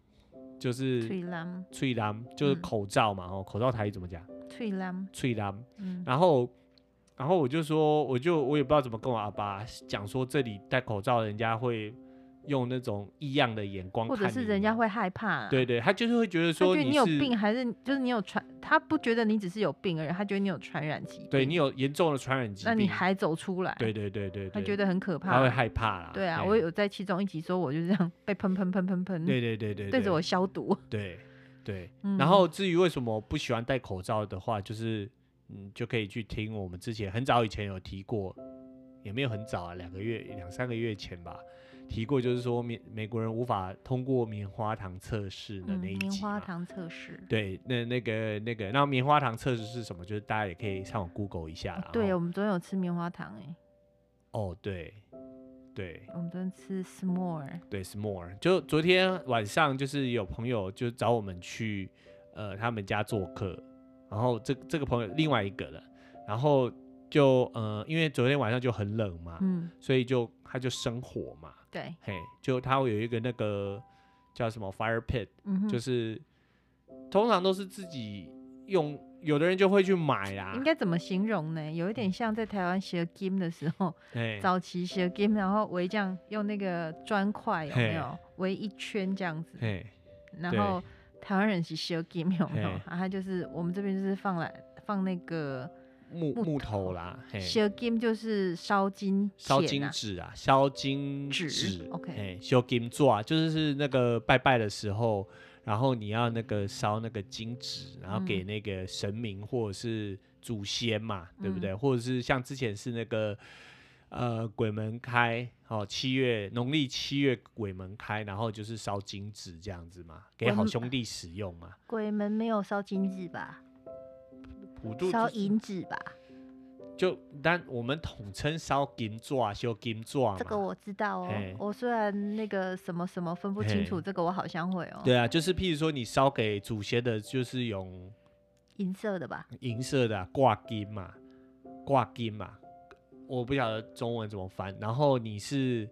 S1: 就是
S2: 翠蓝，
S1: 翠蓝就是
S2: 嗯
S1: 口罩嘛，哦，口罩台语怎么讲？
S2: 翠蓝，
S1: 翠蓝。
S2: 嗯，
S1: 然后，然后我就说，我就我也不知道怎么跟我阿爸讲说，这里戴口罩，人家会用那种异样的眼光看
S2: 或
S1: 你，
S2: 者是人家会害怕、啊，
S1: 对对，他就是会觉得
S2: 他觉
S1: 说
S2: 得
S1: 你
S2: 你有
S1: 是
S2: 病还是就是你有传，他不觉得你只是有病而已，他觉得你有传染疾病，
S1: 对你有严重的传染疾病，
S2: 那你还走出来，
S1: 对对对对
S2: 他
S1: 对，
S2: 觉得很可怕，
S1: 他会害怕啦。
S2: 对啊，
S1: 哎
S2: 我有在其中一集说我就是这样被喷喷喷喷喷，
S1: 对对对对
S2: 嗯对着我消毒，
S1: 对对。
S2: 嗯
S1: 然后至于为什么不喜欢戴口罩的话，就是嗯，就可以去听我们之前很早以前有提过，也没有很早啊，两个月两三个月前吧，提过就是说美美国人无法通过棉花糖测试的
S2: 嗯，
S1: 那一
S2: 棉
S1: 集嘛。
S2: 花糖测试。
S1: 对，那那个那个，那棉花糖测试是什么？就是大家也可以上网 Google 一下啦。
S2: 对，
S1: 哦
S2: 我们昨天有吃棉花糖哎、
S1: 哦，对对
S2: 我们昨天吃 s'more，
S1: 对，Smore。就昨天晚上就是有朋友就找我们去呃他们家做客，然后这这个朋友另外一个了，然后就呃因为昨天晚上就很冷嘛，
S2: 嗯，
S1: 所以就他就生火嘛，
S2: 对，
S1: 嘿，就他会有一个那个叫什么 fire pit，
S2: 嗯哼，
S1: 就是通常都是自己用，有的人就会去买啦
S2: 应，该怎么形容呢？有一
S1: 嗯
S2: 点像在台湾学 game 的时候，
S1: 哎，
S2: 早期学 game，然后围这样用那个砖块有没有围一圈这样子，
S1: 嘿，
S2: 然
S1: 对
S2: 后台湾人是学 game 有没有？
S1: 嘿
S2: 啊，他就是我们这边就是放来放那个
S1: 木
S2: 木
S1: 木
S2: 头
S1: 头啦，嘿，
S2: 学 game 就是烧金
S1: 烧
S2: 钱
S1: 金
S2: 啊
S1: 纸啊，烧金
S2: 纸
S1: 纸
S2: OK
S1: 哎，烧金做啊，就是是那个拜拜的时候，然后你要那个烧那个金纸，然后给
S2: 嗯
S1: 那个神明或者是祖先嘛，对不
S2: 嗯
S1: 对？或者是像之前是那个呃鬼门开哦，七月农历七月鬼门开，然后就是烧金纸这样子嘛，给
S2: 鬼
S1: 好
S2: 门
S1: 兄弟使用嘛。
S2: 鬼门没有烧金子吧？
S1: 普渡
S2: 烧
S1: 就是
S2: 银子吧？
S1: 就但我们统称烧金做啊，烧金做啊嘛。
S2: 这个我知道哦
S1: 嘿。
S2: 我虽然那个什么什么分不清楚，
S1: 嘿
S2: 这个我好像会哦。
S1: 对啊，就是譬如说你烧给祖先的，就是用
S2: 银色的吧？
S1: 银色的啊挂、金嘛，挂金嘛，我不晓得中文怎么翻。然后你是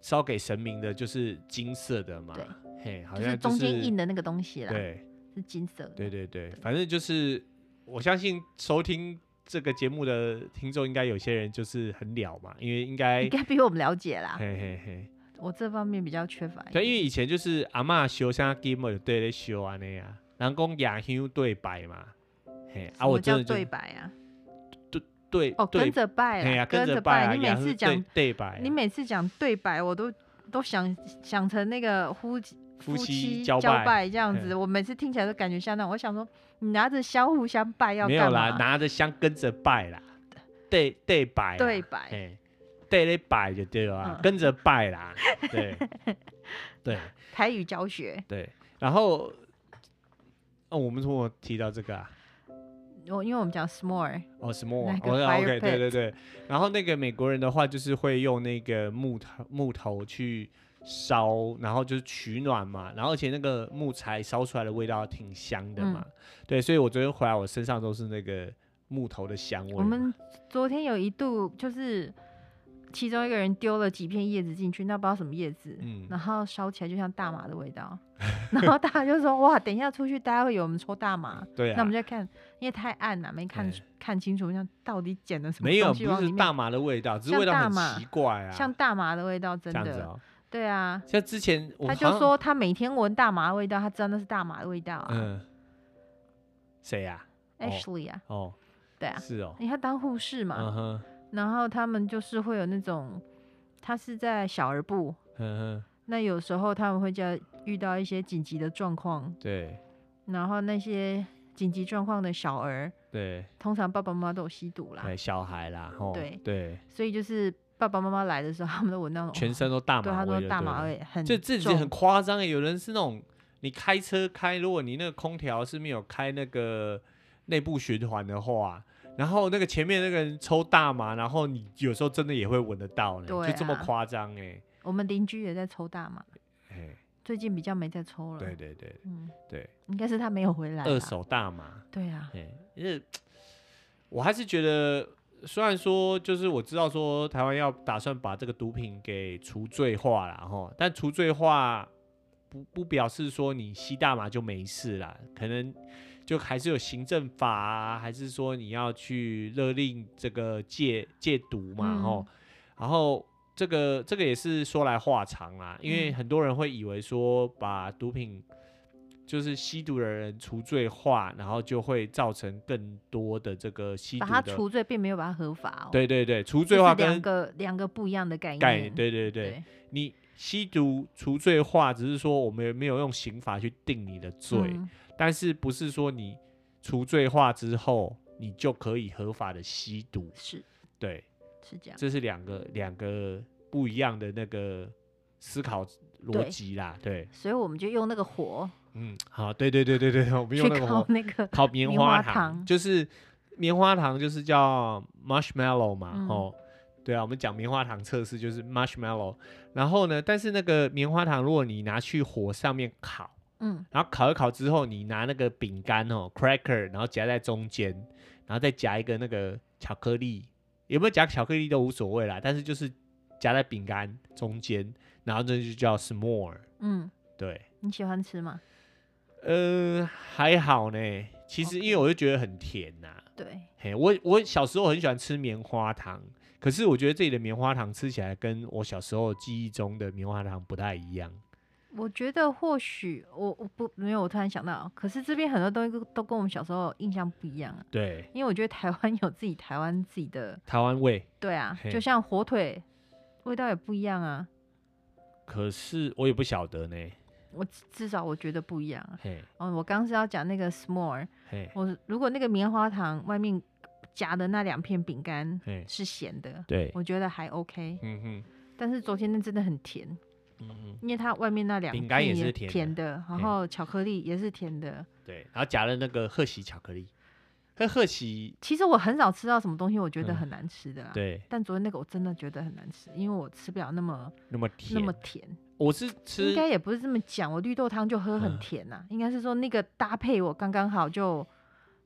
S1: 烧给神明的，就是金色的嘛
S2: 对，
S1: 嘿，好
S2: 就
S1: 像、
S2: 是
S1: 就
S2: 中间
S1: 是
S2: 印的那个东西啦，
S1: 对
S2: 是金色的。
S1: 对对对，反正就是我相信收听这个节目的听众，应该有些人就是很了嘛，因为应该
S2: 应该比我们了解啦。
S1: 哎嘿嘿嘿。
S2: 我这方面比较缺乏一点。
S1: 对，因为以前就是阿嬷烧啥金嘛，就对咧烧安尼啊，人讲亚香对白嘛，嘿，
S2: 什
S1: 啊
S2: 么
S1: 我
S2: 叫
S1: 真的就
S2: 对白啊，
S1: 对
S2: 哦，跟
S1: 对，
S2: 着拜
S1: 嘿
S2: 啦，
S1: 呀跟
S2: 着
S1: 着拜啊，
S2: 你
S1: 雅
S2: 每
S1: 思
S2: 次
S1: 对
S2: 讲，
S1: 对白啊，
S2: 你每次讲对白，我都都想想成那个夫妻
S1: 夫
S2: 妻
S1: 妻
S2: 交
S1: 交
S2: 拜这样
S1: 嘿
S2: 子，我每次听起来都感觉像那种。我想说，你拿着香互相拜要
S1: 没有
S2: 干
S1: 啦，
S2: 嘛？
S1: 拿着香跟着拜啦，对对白啦，
S2: 对白
S1: 嘿，对咧拜就对了啊，
S2: 嗯
S1: 跟着拜啦， 对对
S2: 台语教学，
S1: 对，然后哦，我们怎么提到这个啊？
S2: 我因为我们讲 small，
S1: 哦，什么啊？
S2: 那个
S1: 哦
S2: fire
S1: OK，
S2: pit
S1: 对对对。然后那个美国人的话，就是会用那个木头木头去烧，然后就是取暖嘛。然后而且那个木材烧出来的味道挺香的
S2: 嗯
S1: 嘛。对，所以我昨天回来，我身上都是那个木头的香味嘛。
S2: 我们昨天有一度就是其中一个人丢了几片叶子进去，那不知道什么叶子，
S1: 嗯
S2: 然后烧起来就像大麻的味道， 然后大家就说哇，等一下出去大家会以为我们抽大麻，
S1: 对啊，
S2: 那我们就看，因为太暗了没看
S1: 对
S2: 看清楚，像到底捡了什么
S1: 没有
S2: 东西
S1: 不
S2: 往
S1: 是
S2: 里面，
S1: 大麻的味道，只是
S2: 像
S1: 味道
S2: 大
S1: 很
S2: 麻
S1: 奇怪啊，
S2: 像大麻的味道，
S1: 这样
S2: 真
S1: 子
S2: 的，
S1: 哦。
S2: 对啊。
S1: 像之前我
S2: 他
S1: 好
S2: 就
S1: 像
S2: 说他每天闻大麻的味道，他真的是大麻的味道啊、
S1: 嗯，谁呀、
S2: a s h l e y 啊，
S1: 哦，
S2: 对啊，
S1: 是哦，
S2: 因为他当护士嘛，
S1: 嗯哼，
S2: 然后他们就是会有那种，他是在小儿部，
S1: 嗯哼，
S2: 那有时候他们会叫遇到一些紧急的状况，
S1: 对
S2: 然后那些紧急状况的小儿，
S1: 对。
S2: 通常爸爸妈妈都有吸毒啦，
S1: 哎，小孩啦，吼，
S2: 对
S1: 对，
S2: 所以就是爸爸妈妈来的时候，他们都闻到那种
S1: 全身都大
S2: 对，
S1: 麻
S2: 他
S1: 味
S2: 说
S1: 就
S2: 大
S1: 对
S2: 麻
S1: 了，
S2: 味很
S1: 就自己很
S2: 重
S1: 夸张欸有人是那种你开车开，如果你那个空调是没有开那个内部循环的话，然后那个前面那个人抽大麻，然后你有时候真的也会闻得到呢，
S2: 对
S1: 就这么
S2: 啊
S1: 夸张哎，
S2: 我们邻居也在抽大麻，
S1: 哎，
S2: 最近比较没在抽了。
S1: 对，对对
S2: 嗯，啊
S1: 对，
S2: 应该是他没有回来。啊
S1: 二。手大麻，
S2: 对啊，
S1: 哎，因为我还是觉得虽然说就是我知道说台湾要打算把这个毒品给除罪化啦，哈，但除罪化不不表示说你吸大麻就没事啦，可能就还是有行政法啊，还是说你要去勒令这个戒戒毒嘛，哈、
S2: 嗯
S1: 然后这个这个也是说来话长啦，因为
S2: 嗯
S1: 很多人会以为说把毒品就是吸毒的人除罪化，然后就会造成更多的这个吸毒
S2: 把
S1: 的
S2: 它除罪，并没有把它合法哦。，
S1: 对对对，除罪化
S2: 两
S1: 跟
S2: 个两个不一样的概念。
S1: 概念，对对对，
S2: 对，
S1: 你吸毒除罪化，只是说我们没有用刑法去定你的罪，
S2: 嗯
S1: 但是不是说你除罪化之后，你就可以合法的吸毒？
S2: 是
S1: 对，
S2: 是这样。
S1: 这是两个两个不一样的那个思考逻
S2: 对
S1: 辑啦。对，
S2: 所以我们就用那个火
S1: 嗯，好，对对对对对，我们
S2: 去
S1: 用那个
S2: 烤
S1: 火
S2: 那个，
S1: 烤棉
S2: 棉
S1: 花
S2: 花
S1: 糖，
S2: 糖
S1: 就是棉花糖就是叫 marshmallow 嘛，
S2: 嗯
S1: 哦，对啊，我们讲棉花糖测试就是 marshmallow，然后呢，但是那个棉花糖如果你拿去火上面烤，
S2: 嗯，
S1: 然后烤一烤之后，你拿那个饼干哦 cracker，然后夹在中间，然后再夹一个那个巧克力，有没有夹巧克力都无所谓啦，但是就是夹在饼干中间，然后这就叫 s'more，
S2: 嗯，
S1: 对。
S2: 你喜欢吃吗？
S1: 呃，还好呢。其实
S2: OK
S1: 因为我就觉得很甜呐、
S2: 对，
S1: 嘿，我我小时候很喜欢吃棉花糖，可是我觉得这里的棉花糖吃起来跟我小时候记忆中的棉花糖不太一样。
S2: 我觉得或许我我不没有，我突然想到，可是这边很多东西都都跟我们小时候印象不一样啊。
S1: 对，
S2: 因为我觉得台湾 有自己台湾自己的，
S1: 台湾味。
S2: 对啊，
S1: 嘿
S2: 就像火腿味道也不一样啊，
S1: 可是我也不晓得呢。
S2: 我至至少我觉得不一样啊。
S1: 嘿，
S2: 哦，我刚刚是要讲那个 s'more，
S1: 嘿，
S2: 我如果那个棉花糖外面夹的那两片饼干
S1: 嘿，
S2: 是咸的，
S1: 对，
S2: 我觉得还 OK，
S1: 嗯哼，
S2: 但是昨天那真的很甜，
S1: 嗯哼，
S2: 因为它外面那两
S1: 饼干也
S2: 片
S1: 是甜的
S2: 甜的，然
S1: 嘿
S2: 后巧克力也是甜的。
S1: 对。然后夹了那个贺喜巧克力，那贺喜，
S2: 其实我很少吃到什么东西，我觉得
S1: 嗯
S2: 很难吃的啦。
S1: 对，
S2: 但昨天那个我真的觉得很难吃，因为我吃不了那么
S1: 那么
S2: 那
S1: 甜。
S2: 么甜。
S1: 我是
S2: 应
S1: 吃，啊
S2: 该也不是这么讲，我绿豆汤就喝很
S1: 嗯
S2: 甜呐、应该是说那个搭配我刚刚好就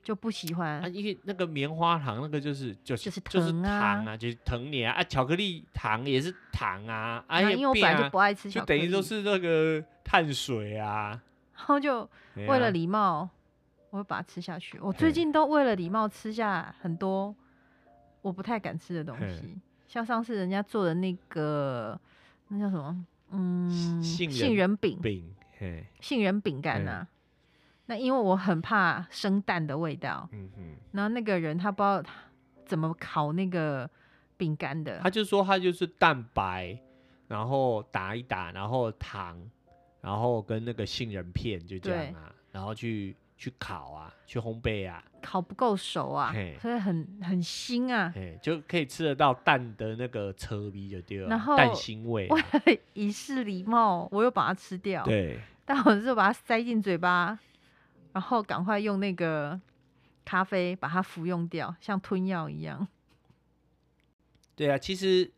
S2: 就不喜欢。
S1: 啊，因为那个棉花糖那个就是就是
S2: 就是
S1: 就是
S2: 糖啊
S1: 糖啊，就是疼你啊啊，巧克力糖也是糖啊，啊，
S2: 那
S1: 也
S2: 因为我本
S1: 变
S2: 来就
S1: 啊
S2: 不爱吃
S1: 就
S2: 巧克
S1: 等
S2: 力，
S1: 于都是那个碳水啊。
S2: 然后就
S1: 对
S2: 为了
S1: 啊
S2: 礼貌，我会把它吃下去。我最
S1: 嘿
S2: 近都为了礼貌吃下很多我不太敢吃的东
S1: 嘿
S2: 西，像上次人家做的那个那叫什么？嗯，
S1: 杏
S2: 杏
S1: 仁
S2: 仁饼、
S1: 饼，嘿，
S2: 杏仁饼干
S1: 嘿
S2: 呐、那因为我很怕生蛋的味道，
S1: 嗯哼，
S2: 然后那个人他不知道他怎么烤那个饼干的
S1: 他，就说他就是蛋白，然后打一打，然后糖，然后跟那个杏仁片就这样
S2: 对
S1: 啊，然后去去烤啊，去烘焙啊，
S2: 烤不够熟啊
S1: 嘿，
S2: 所以很很腥啊。
S1: 嘿，就可以吃得到蛋的那个车逼就对了啊，
S2: 然后
S1: 蛋腥味啊、
S2: 为了 以示礼貌，我又把它吃掉，
S1: 对，
S2: 但我是把它塞进嘴巴，然后赶快用那个咖啡把它服用掉，像吞药一样。
S1: 对啊，其实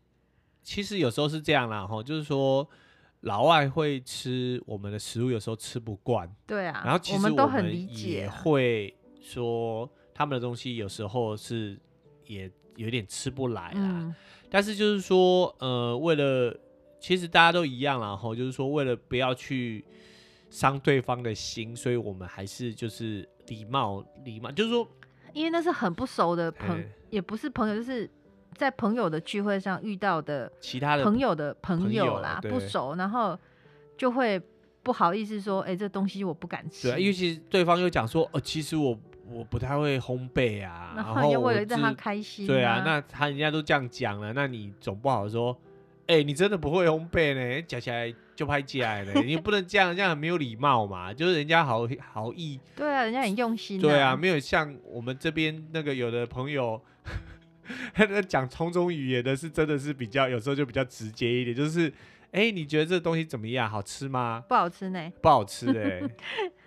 S1: 其实有时候是这样啦，吼，就是说老外会吃我们的食物，有时候吃不惯，
S2: 对啊，
S1: 然后其实
S2: 我们都很理解
S1: 也
S2: 啊，
S1: 会说他们的东西有时候是也有点吃不来啦，啊
S2: 嗯，
S1: 但是就是说，呃，为了其实大家都一样啦，吼，就是说为了不要去伤对方的心，所以我们还是就是礼貌礼貌，就是说
S2: 因为那是很不熟的朋
S1: 嘿，
S2: 也不是朋友，就是在朋友的聚会上遇到的
S1: 其他的
S2: 朋友的朋
S1: 朋友
S2: 友
S1: 啊
S2: 啦，
S1: 对
S2: 不熟，然后就会不好意思说，哎、这东西我不敢吃。
S1: 对啊，因为其实对方又讲说，哦，其实我我不太会烘焙啊，
S2: 然
S1: 后
S2: 后又为
S1: 我
S2: 了让
S1: 知
S2: 他开心、
S1: 对啊，那他人家都这样讲了，那你总不好说，哎、你真的不会烘焙呢，讲起来就拍起来呢，你不能这样，这样很没有礼貌嘛。就是人家好好意，
S2: 对啊，人家很用心、
S1: 对啊，，没有像我们这边那个有的朋友。 那讲从中语言的是真的是比较有时候就比较直接一点，就是，哎、你觉得这东西怎么样？好吃吗？
S2: 不好吃呢。
S1: 不好吃哎、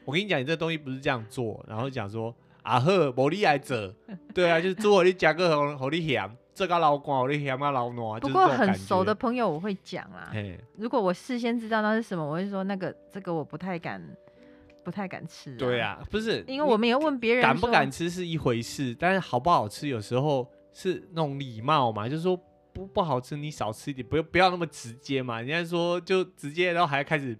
S1: 我跟你讲，你这东西不是这样做，然后讲说啊呵，无你来做，对啊，就是做你夹个好好你咸，这个老光好你咸啊老暖，
S2: 不
S1: 就是
S2: 过
S1: 这种
S2: 很
S1: 感
S2: 熟的
S1: 觉，
S2: 朋友我会讲啊啦，
S1: 嘿，
S2: 如果我事先知道那是什么，我会说那个这个我不太敢，不太敢吃、啊
S1: 对，啊，不是，
S2: 因为我们也问别
S1: 你
S2: 人
S1: 敢不
S2: 说
S1: 敢吃是一回事，但是好不好吃有时候是那种礼貌嘛，就是说不不好吃你少吃一点，不要不要那么直接嘛。人家说就直接，然后还开始，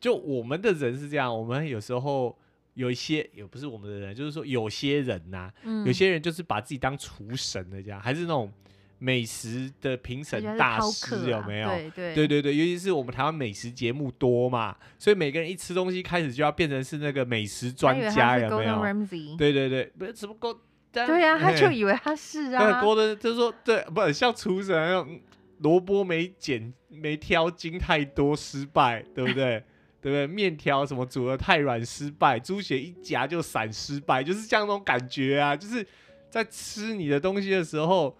S1: 就我们的人是这样，我们有时候有一些也不是我们的人，就是说有些人呐、
S2: 嗯
S1: 有些人就是把自己当厨神的这样，还是那种美食的评
S2: 而且还
S1: 审
S2: 是
S1: 大
S2: 饕
S1: 师、
S2: 客
S1: 有
S2: 啊
S1: 没有？
S2: 对对
S1: 对对对，尤其是我们台湾美食节目多嘛，所以每个人一吃东西开始就要变成是那个美食专
S2: 他以为他
S1: 家，
S2: 是
S1: 有没
S2: Gordon
S1: 有？
S2: Ramsay
S1: 对对对，不是什么锅，
S2: 对呀、啊，他就
S1: 嘿
S2: 以为他是
S1: 那个。
S2: 啊
S1: 锅的，就是说对，不是像厨神那种嗯萝卜没剪没挑筋太多失败，对不对？对不对？面条什么煮的太软失败，猪血一夹就散失败，就是这样那种感觉啊！就是在吃你的东西的时候，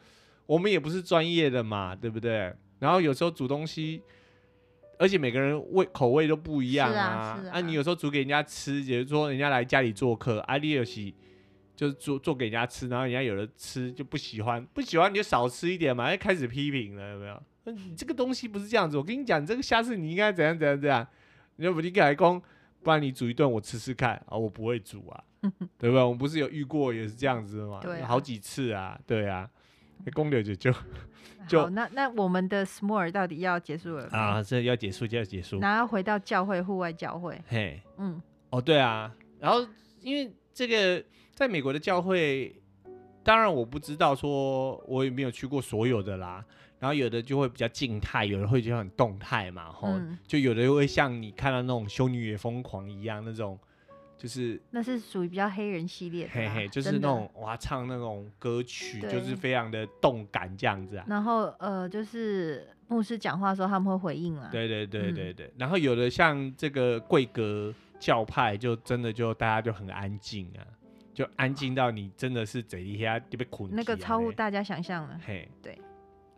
S1: 我们也不是专业的嘛，对不对？然后有时候煮东西，而且每个人味口味都不一样
S2: 是啊
S1: 啊。
S2: 是啊
S1: 你有时候煮给人家吃，也就是说人家来家里做客，啊阿丽有喜就是做做给人家吃，然后人家有的吃就不喜欢，不喜欢你就少吃一点嘛，就开始批评了，有没有？那你这个东西不是这样子，我跟你讲，你这个下次你应该怎样怎样怎样，你就不应该讲，不然你煮一顿我吃吃看啊，我不会煮 啊，对吧？我们不是有遇过也是这样子的嘛，
S2: 对啊
S1: 好几次啊，对啊，那公牛姐 就就
S2: 好，那那我们的 Small 到底要结束了没？
S1: 啊，这要结束就要结束，
S2: 然后回到教会，户外教会，
S1: 嘿，
S2: 嗯，
S1: 哦，对啊，然后因为这个在美国的教会，当然我不知道说我也没有去过所有的啦，然后有的就会比较静态，有的会就很动态嘛，吼，
S2: 嗯
S1: 就有的会像你看到那种修女也疯狂一样那种，就是
S2: 那是属于比较黑人系列的
S1: 嘿
S2: 啦，
S1: 嘿，就是
S2: 啊真
S1: 那
S2: 的
S1: 种哇唱那种歌曲，就
S2: 对
S1: 是非常的动感这样子啊。
S2: 然后呃，就是牧师讲话的时候他们会回应啊。
S1: 对对对
S2: 嗯
S1: 对对，然后有的像这个贵格教派，就真的就大家就很安静啊，就安静到你真的是贼一下就被捆
S2: 那个
S1: 起来
S2: 超乎
S1: 嘞
S2: 大家想象的。
S1: 嘿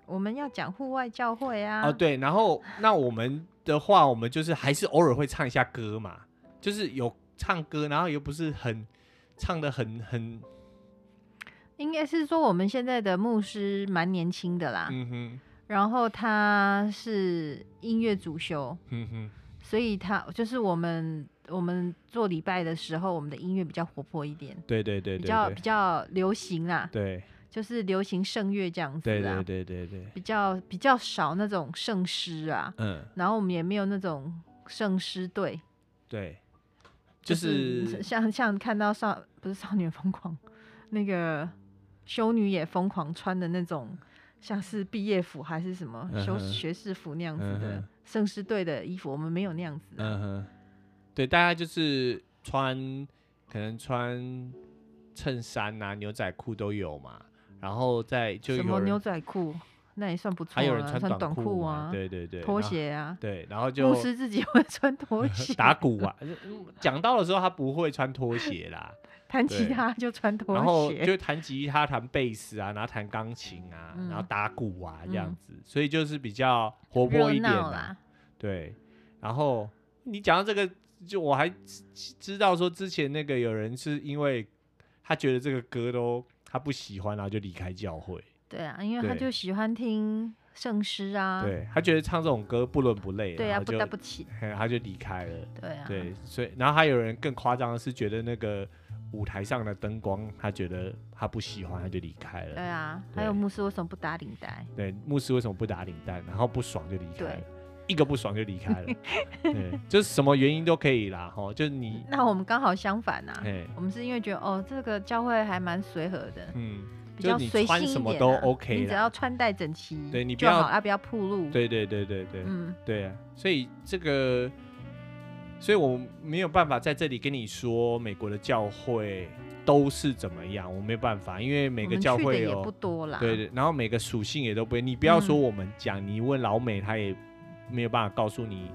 S2: 我们要讲户外教会啊。
S1: 哦对，然 后那我们的话，我们就是还是偶尔会唱一下歌嘛，就是有唱歌，然后又不是很唱的很很
S2: 应该是说我们现在的牧师蛮年轻的啦，
S1: 嗯哼
S2: 然后他是音乐主修，
S1: 嗯哼
S2: 所以他就是我们我们做礼拜的时候，我们的音乐比较活泼一点，
S1: 对对对
S2: 比
S1: 对
S2: 较
S1: 对
S2: 比较流行啦，
S1: 对
S2: 就是流行圣乐这样子
S1: 对
S2: 啦，
S1: 对对对对，
S2: 比较比较少那种圣诗啊，
S1: 嗯
S2: 然后我们也没有那种圣诗队，
S1: 对，就是
S2: 像像看到少不是少女疯狂，那个修女也疯狂穿的那种，像是毕业服还是什么
S1: 嗯
S2: 修
S1: 哼
S2: 学士服那样子
S1: 嗯
S2: 的
S1: 哼
S2: 圣诗队的衣服，我们没有那样子的。啊
S1: 嗯哼，对，大家就是穿，可能穿衬衫啊、牛仔裤都有嘛，然后再就
S2: 什
S1: 有
S2: 么牛
S1: 人，
S2: 仔裤，那也算不错了，啊
S1: 还有人
S2: 穿
S1: 短
S2: 裤
S1: 嘛
S2: 啊，
S1: 对对对，
S2: 拖
S1: 然后，
S2: 鞋啊，
S1: 对，然 后就呃
S2: 牧师自己会穿 拖鞋，
S1: 打鼓啊，嗯讲到的时候他不会穿拖鞋啦，
S2: 弹吉
S1: 对
S2: 他就穿拖
S1: 然后
S2: 鞋，
S1: 就弹吉他、弹贝斯啊，然后弹钢琴啊，然后
S2: 嗯
S1: 打鼓啊这样
S2: 嗯
S1: 子，所以就是比较活泼
S2: 热
S1: 一点
S2: 闹
S1: 啦。
S2: 啦。
S1: 对，然后你讲到这个，就我还知知道说之前那个有人是因为他觉得这个歌都他不喜欢，然后就离开教会，
S2: 对啊，因为他
S1: 对
S2: 就喜欢听圣诗啊，
S1: 对他觉得唱这种歌不伦不类，
S2: 对
S1: 然
S2: 啊，
S1: 后
S2: 不
S1: 就
S2: 得不起，
S1: 嘿他就离开了。
S2: 对啊，
S1: 对，所以然后还有人更夸张的是觉得那个舞台上的灯光，他觉得他不喜欢，他就离开
S2: 对
S1: 了。
S2: 啊，还有
S1: 对
S2: 牧师为什么不打领带？
S1: 对，牧师为什么不打领带？然后不爽就离开
S2: 对
S1: 了，一个不爽就离开 了。对，就是什么原因都可以啦，哈，就是 你，
S2: 那我们刚好相反呐、
S1: 哎，
S2: 我们是因为觉得哦，这个教会还蛮随和的，
S1: 嗯，
S2: 比
S1: 就
S2: 较
S1: 你
S2: 随性
S1: 穿
S2: 一
S1: 什
S2: 点、
S1: 么
S2: 啊。
S1: 都 OK
S2: 你只
S1: 啦
S2: 要穿戴整齐，
S1: 对你不
S2: 就
S1: 要
S2: 好啊，不要铺路。，
S1: 对对对对对、
S2: 嗯，
S1: 对啊，所以这个，所以我没有办法在这里跟你说美国的教会都是怎么样，我没有办法，因为每
S2: 我
S1: 个
S2: 们
S1: 教
S2: 去的
S1: 会哦
S2: 也
S1: 有
S2: 不多啦。啊
S1: 对对，然后每个属性也都不一样。你不要说
S2: 嗯
S1: 我们讲，你问老美他也没有办法告诉你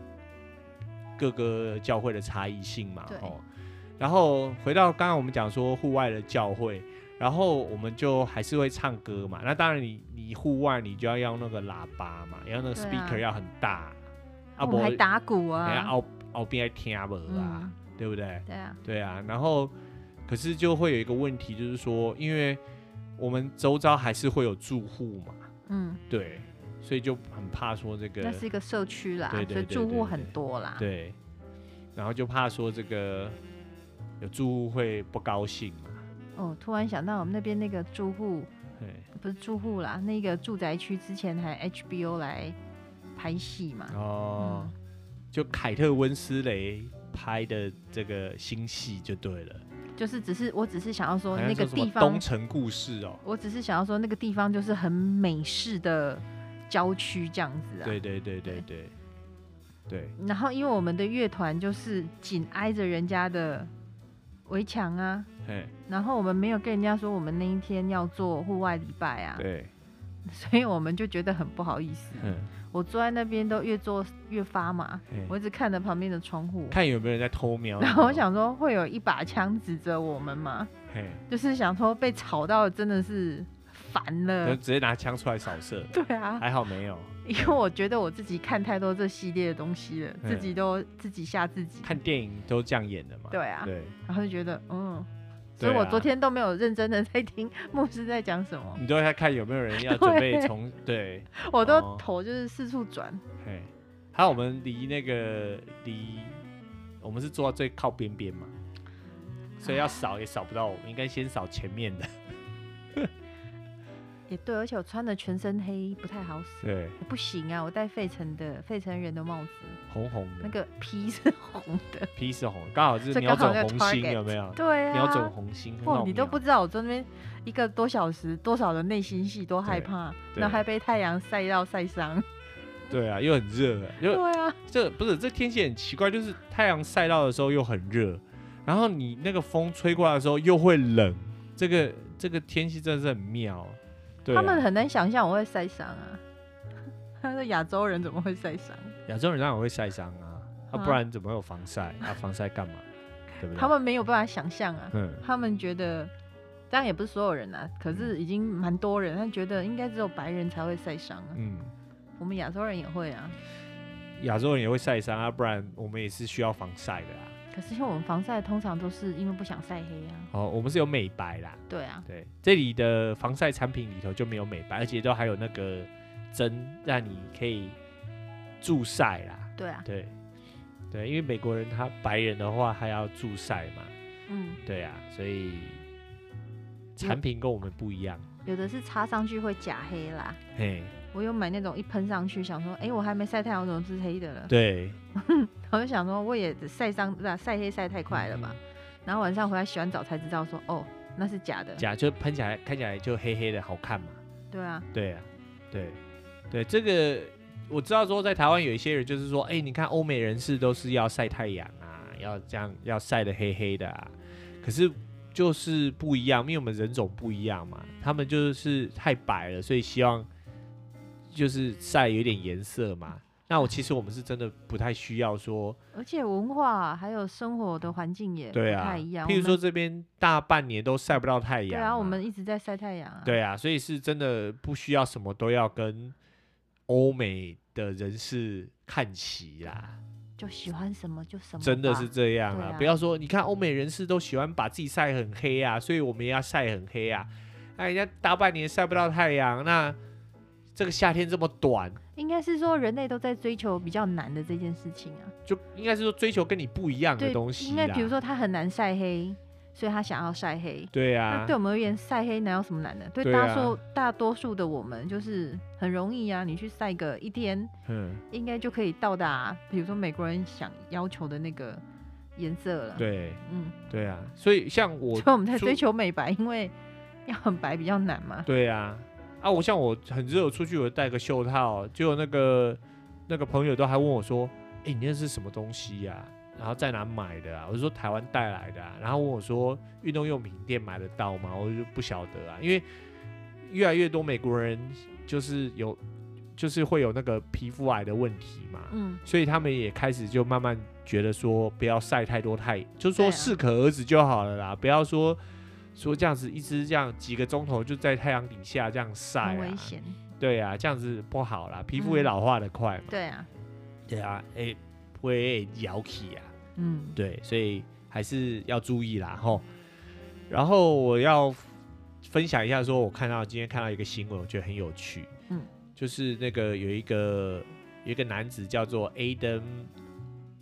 S1: 各个教会的差异性嘛。
S2: 对
S1: 哦，然后回到刚刚我们讲说户外的教会，然后我们就还是会唱歌嘛。那当然你，你户外你就要要那个喇叭嘛，要那个
S2: 对啊
S1: speaker 要很大，啊
S2: 我们还打鼓
S1: 还
S2: 啊，
S1: 要后边还听不啊，
S2: 嗯
S1: 对不对？
S2: 对啊，
S1: 对啊，然后可是就会有一个问题，就是说，因为我们周遭还是会有住户嘛，
S2: 嗯，
S1: 对，所以就很怕说这
S2: 那
S1: 个，
S2: 是一个社区啦，
S1: 对对对
S2: 所以住
S1: 对
S2: 户
S1: 对
S2: 很多啦。
S1: 对，然后就怕说这个有住户会不高兴嘛，
S2: 哦，突然想到我们那边那个住户
S1: 哎，
S2: 不是住户啦，那个住宅区之前还 HBO 来拍戏嘛，嗯
S1: 哦，就凯特温斯雷拍的这个新戏就对了，
S2: 就是只是我只是想要说
S1: 好像
S2: 那个
S1: 说什
S2: 地
S1: 么东
S2: 方，
S1: 城故事哦，
S2: 我只是想要说那个地方就是很美式的郊区这样子啊。
S1: 对对对对对对，
S2: 然后因为我们的乐团就是紧挨着人家的围墙啊，
S1: 哎，
S2: 然后我们没有跟人家说我们那一天要做户外礼拜啊，
S1: 对，
S2: 所以我们就觉得很不好意思。
S1: 嗯，
S2: 我坐在那边都越坐越发麻，
S1: 嘿
S2: 我一直看着旁边的窗户，
S1: 看有没有人在偷瞄，
S2: 然后我，想说会有一把枪指着我们吗？
S1: 嘿，
S2: 就是想说被吵到真的是烦
S1: 就
S2: 了。
S1: 直接拿枪出来扫射，
S2: 对啊，
S1: 还好没有，
S2: 因为我觉得我自己看太多这系列的东西了，
S1: 嗯
S2: 自己都自己吓自己。
S1: 看电影都这样演的嘛，
S2: 对啊，
S1: 对，
S2: 然后就觉得嗯，所
S1: 对
S2: 以我
S1: 啊
S2: 昨天都没有认真的在听牧师在讲什么，
S1: 你都在看有没有人 要准备从对，
S2: 我都
S1: 哦
S2: 头就是四处转。
S1: 嘿，还有我们离那个离，我们是坐到最靠边边嘛，所以要扫也扫不到我们，应该先扫前面 的。
S2: 也对，而且我穿的全身黑不太好使，
S1: 对，
S2: 我不行啊，我戴费城的费城人的帽子，
S1: 红红的，
S2: 那个皮是红的。
S1: 皮是红，刚好是
S2: 这
S1: 瞄
S2: 刚
S1: 准
S2: 好在
S1: 红心，
S2: Target
S1: 有没有？
S2: 对啊，
S1: 瞄准红心，很
S2: 哦
S1: 好，
S2: 你都
S1: 瞄
S2: 不知道我在那边一个多小时，多少的内心戏，多害
S1: 对
S2: 怕，
S1: 对
S2: 然后还被太阳晒到 晒伤。
S1: 对啊，又很热，
S2: 对
S1: 又
S2: 啊，
S1: 这不是这天气很奇怪，就是太阳晒到的时候又很热，然后你那个风吹过来的时候又会冷，这个这个天气真的是很妙。对、啊，
S2: 他们很难想象我会晒伤啊。 他说亚洲人怎么会晒伤？
S1: 亚洲人当然会晒伤啊，啊
S2: 啊
S1: 不然怎么会有防晒？啊防晒干嘛？对不对？
S2: 他们没有办法想象啊。
S1: 嗯，
S2: 他们觉得，当然也不是所有人啊，可是已经蛮多人，他觉得应该只有白人才会晒伤啊。
S1: 嗯，
S2: 我们亚洲人也会啊，
S1: 亚洲人也会晒伤啊，不然我们也是需要防晒的啊。
S2: 可是因为我们防晒通常都是因为不想晒黑啊。
S1: 哦，我们是有美白啦，
S2: 对啊，
S1: 对，这里的防晒产品里头就没有美白，而且都还有那个针让你可以助晒啦。
S2: 对啊，
S1: 对，对，因为美国人他白人的话还要助晒嘛，
S2: 嗯，
S1: 对啊，所以产品跟我们不一样。
S2: 有的是擦上去会假黑啦。
S1: 嘿，
S2: 我有买那种一喷上去，想说，哎、我还没晒太阳，我怎么是黑的了？
S1: 对，
S2: 我就想说，我也只晒伤，不是啊晒黑晒太快了吧？
S1: 嗯
S2: 然后晚上回来洗完澡才知道说，哦，那是假的。
S1: 假就喷起来看起来就黑黑的好看嘛。
S2: 对啊，
S1: 对啊，对，对，这个我知道说在台湾有一些人就是说，哎、你看欧美人士都是要晒太阳啊，要这样要晒得黑黑的啊，可是就是不一样，因为我们人种不一样嘛，他们就是太白了，所以希望就是晒有点颜色嘛。那我其实我们是真的不太需要说，
S2: 而且文化还有生活的环境也不
S1: 对啊，
S2: 太一样。
S1: 譬如
S2: 我
S1: 说
S2: 们，
S1: 这边大半年都晒不到太阳嘛，
S2: 对啊，我们一直在晒太阳啊。
S1: 对啊，所以是真的不需要什么都要跟欧美的人士看齐啦，
S2: 就喜欢什么就什啊么吧。
S1: 真的是这样啦。
S2: 对啊
S1: 不要说你看欧美人士都喜欢把自己晒很黑啊，所以我们也要晒很黑啊。
S2: 嗯
S1: 那人家大半年晒不到太阳，那这个夏天这么短，
S2: 应该是说人类都在追求比较难的这件事情啊。
S1: 就应该是说追求跟你不一样的
S2: 对
S1: 东，西
S2: 因
S1: 啦
S2: 为。比如说他很难晒黑，所以他想要晒黑。
S1: 对
S2: 那
S1: 啊
S2: 对，我们而言，晒黑哪有什么难的？对
S1: 对
S2: 大
S1: 啊
S2: 数、大多数的我们，就是很容易啊。你去晒个一天，
S1: 嗯，
S2: 应该就可以到达，比如说美国人想要求的那个颜色了。，
S1: 对
S2: 嗯，
S1: 对啊，所以像我
S2: 所以我们在
S1: 出
S2: 追求美白，因为要很白比较难嘛。
S1: 对啊，啊，我像我很热，我出去我戴个袖套，结果那个那个朋友都还问我说：“哎、你那是什么东西呀、然后在哪买的啊？”我就说台湾带来的、啊，然后问我说运动用品店买得到吗？我就不晓得啊，因为越来越多美国人就是有就是会有那个皮肤癌的问题嘛，
S2: 嗯，
S1: 所以他们也开始就慢慢觉得说，不要晒太多太，就是
S2: 对
S1: 说
S2: 啊
S1: 适可而止就好了啦，不要说说这样子一直这样几个钟头就在太阳底下这样晒、啊，
S2: 很危险。
S1: 对啊，这样子不好啦，皮肤
S2: 嗯
S1: 也老化的快嘛。
S2: 对啊，
S1: 对啊，哎、会摇起啊。
S2: 嗯，
S1: 对，所以还是要注意啦，吼。然后我要分享一下，说我看到今天看到一个新闻，我觉得很有趣，
S2: 嗯，
S1: 就是那个有一个有一个男子叫做 Adam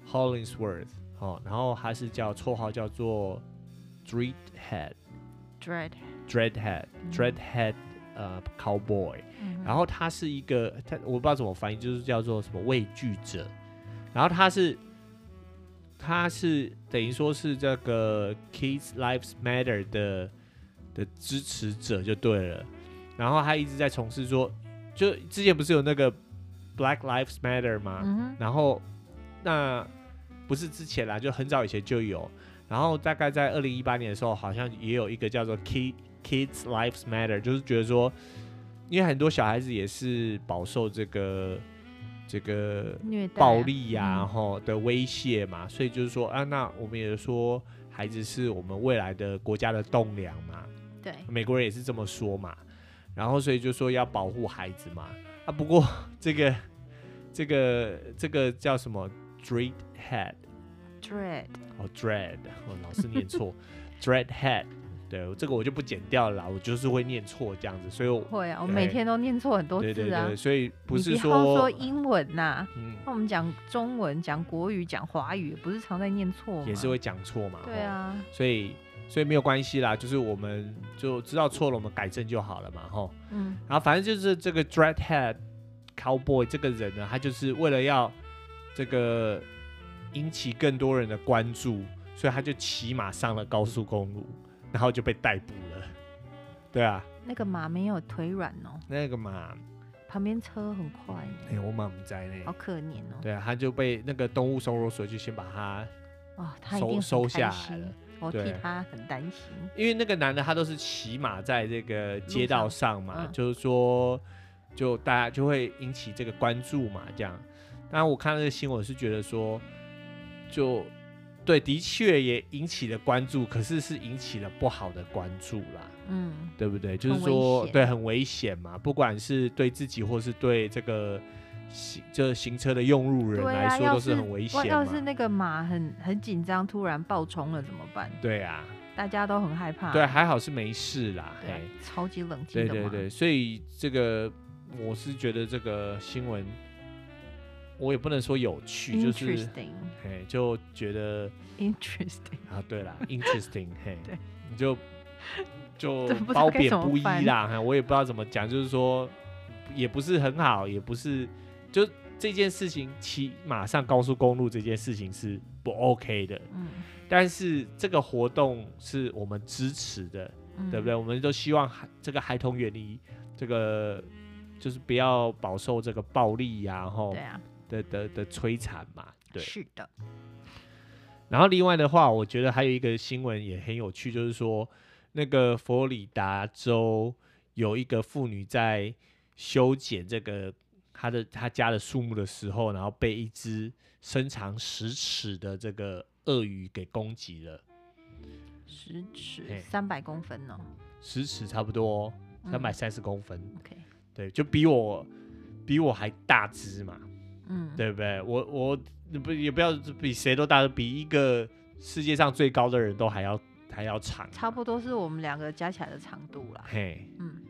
S1: Hollingsworth，哦，然后他是叫绰号叫做 Dreadhead
S2: dread。
S1: Dreadhead
S2: 嗯
S1: Dreadhead 呃 cowboy，
S2: 嗯
S1: 然后他是一个，他我不知道怎么翻译，就是叫做什么畏惧者。然后他是，他是等于说是这个 Kids Lives Matter 的的支持者就对了。然后他一直在从事说，就之前不是有那个 Black Lives Matter 吗？
S2: 嗯哼，
S1: 然后那不是之前啦，就很早以前就有。然后大概在二零一八年的时候，好像也有一个叫做 “Kid Kids Lives Matter”，就是觉得说，因为很多小孩子也是饱受这个这个
S2: 虐待啊
S1: 暴力呀、然
S2: 嗯
S1: 后的威胁嘛，所以就是说啊，那我们也说孩子是我们未来的国家的栋梁嘛，
S2: 嗯对，
S1: 美国人也是这么说嘛，然后所以就说要保护孩子嘛。啊，不过 这个这个这个叫什么 dread head
S2: dread，
S1: 哦 dread，我老是念 错 dread head，对，这个我就不剪掉了啦，我就是会念错这样子，所以我
S2: 会啊，我
S1: 对
S2: 每天都念错很多
S1: 对对
S2: 字啊
S1: 对，。所以不
S2: 你
S1: 是
S2: 不要
S1: 说
S2: 说英文呐，
S1: 嗯
S2: 那我们讲中文、讲国语、讲华语，不是常在念错吗？
S1: 也是会哦讲错嘛，
S2: 对
S1: 吼，
S2: 啊，
S1: 所以所以没有关系啦，就是我们就知道错了，我们改正就好了嘛，吼。
S2: 嗯，
S1: 然后反正就是这个 Dreadhead Cowboy 这个人呢，他就是为了要这个引起更多人的关注，所以他就骑马上了高速公路，然后就被逮捕了。对啊，
S2: 那个马没有腿软哦，
S1: 那个马，
S2: 旁边车很快耶，
S1: 哎、我马不在呢
S2: 好。可怜哦。
S1: 对啊，他就被那个动物收容所就先把他，
S2: 哦，他一
S1: 收
S2: 定很
S1: 收下
S2: 开
S1: 来了
S2: 心，我替
S1: 对
S2: 他很担心。
S1: 因为那个男的他都是骑马在这个街道上嘛，
S2: 路上嗯
S1: 就是说，就大家就会引起这个关注嘛，这样。当然我看那个新闻是觉得说，就对，的确也引起了关注，可是是引起了不好的关注啦，
S2: 嗯，
S1: 对不对？就是
S2: 很危
S1: 说，
S2: 险
S1: 对，很危险嘛，不管是对自己或是对这个行这行车的用路人
S2: 对
S1: 来
S2: 啊，
S1: 说，
S2: 要
S1: 都是很危
S2: 哇
S1: 险
S2: 要是
S1: 嘛。
S2: 那个马很很紧张，突然爆冲了怎么办？
S1: 对啊，
S2: 大家都很害怕。
S1: 对，啊还好是没事啦，
S2: 对啊
S1: 嘿。
S2: 超级冷静
S1: 对
S2: 的
S1: 对
S2: 马。
S1: 对，所以这个我是觉得这个新闻，我也不能说有趣，就是
S2: interesting
S1: 嘿，就觉得
S2: interesting，
S1: 啊，对 啦，interesting，嘿，
S2: 对，
S1: 就就
S2: 这不知道
S1: 褒
S2: 该
S1: 贬
S2: 怎么
S1: 不一
S2: 翻
S1: 啦，嘿我也不知道怎么讲，就是说也不是很好，也不是就这件事情骑马上高速公路这件事情是不 OK 的，
S2: 嗯，
S1: 但是这个活动是我们支持的，
S2: 嗯
S1: 对不对？？我们都希望孩这个孩童远离这个，就是不要饱受这个暴力呀、然后
S2: 对啊，
S1: 的的的摧残嘛。对。
S2: 是的，
S1: 然后另外的话，我觉得还有一个新闻也很有趣，就是说那个佛罗里达州有一个妇女在修剪这个她的她家的树木的时候，然后被一只身长十尺的这个鳄鱼给攻击了，
S2: 十尺
S1: 嘿
S2: 三百公分哦，
S1: 十尺差不多哦
S2: 嗯
S1: 三百三十公分。
S2: OK，
S1: 对，就比我比我还大只嘛，
S2: 嗯，
S1: 对不对？我我不也不要比谁都大，比一个世界上最高的人都还要还要长，
S2: 差不多是我们两个加起来的长度啦。
S1: 嘿，
S2: 嗯，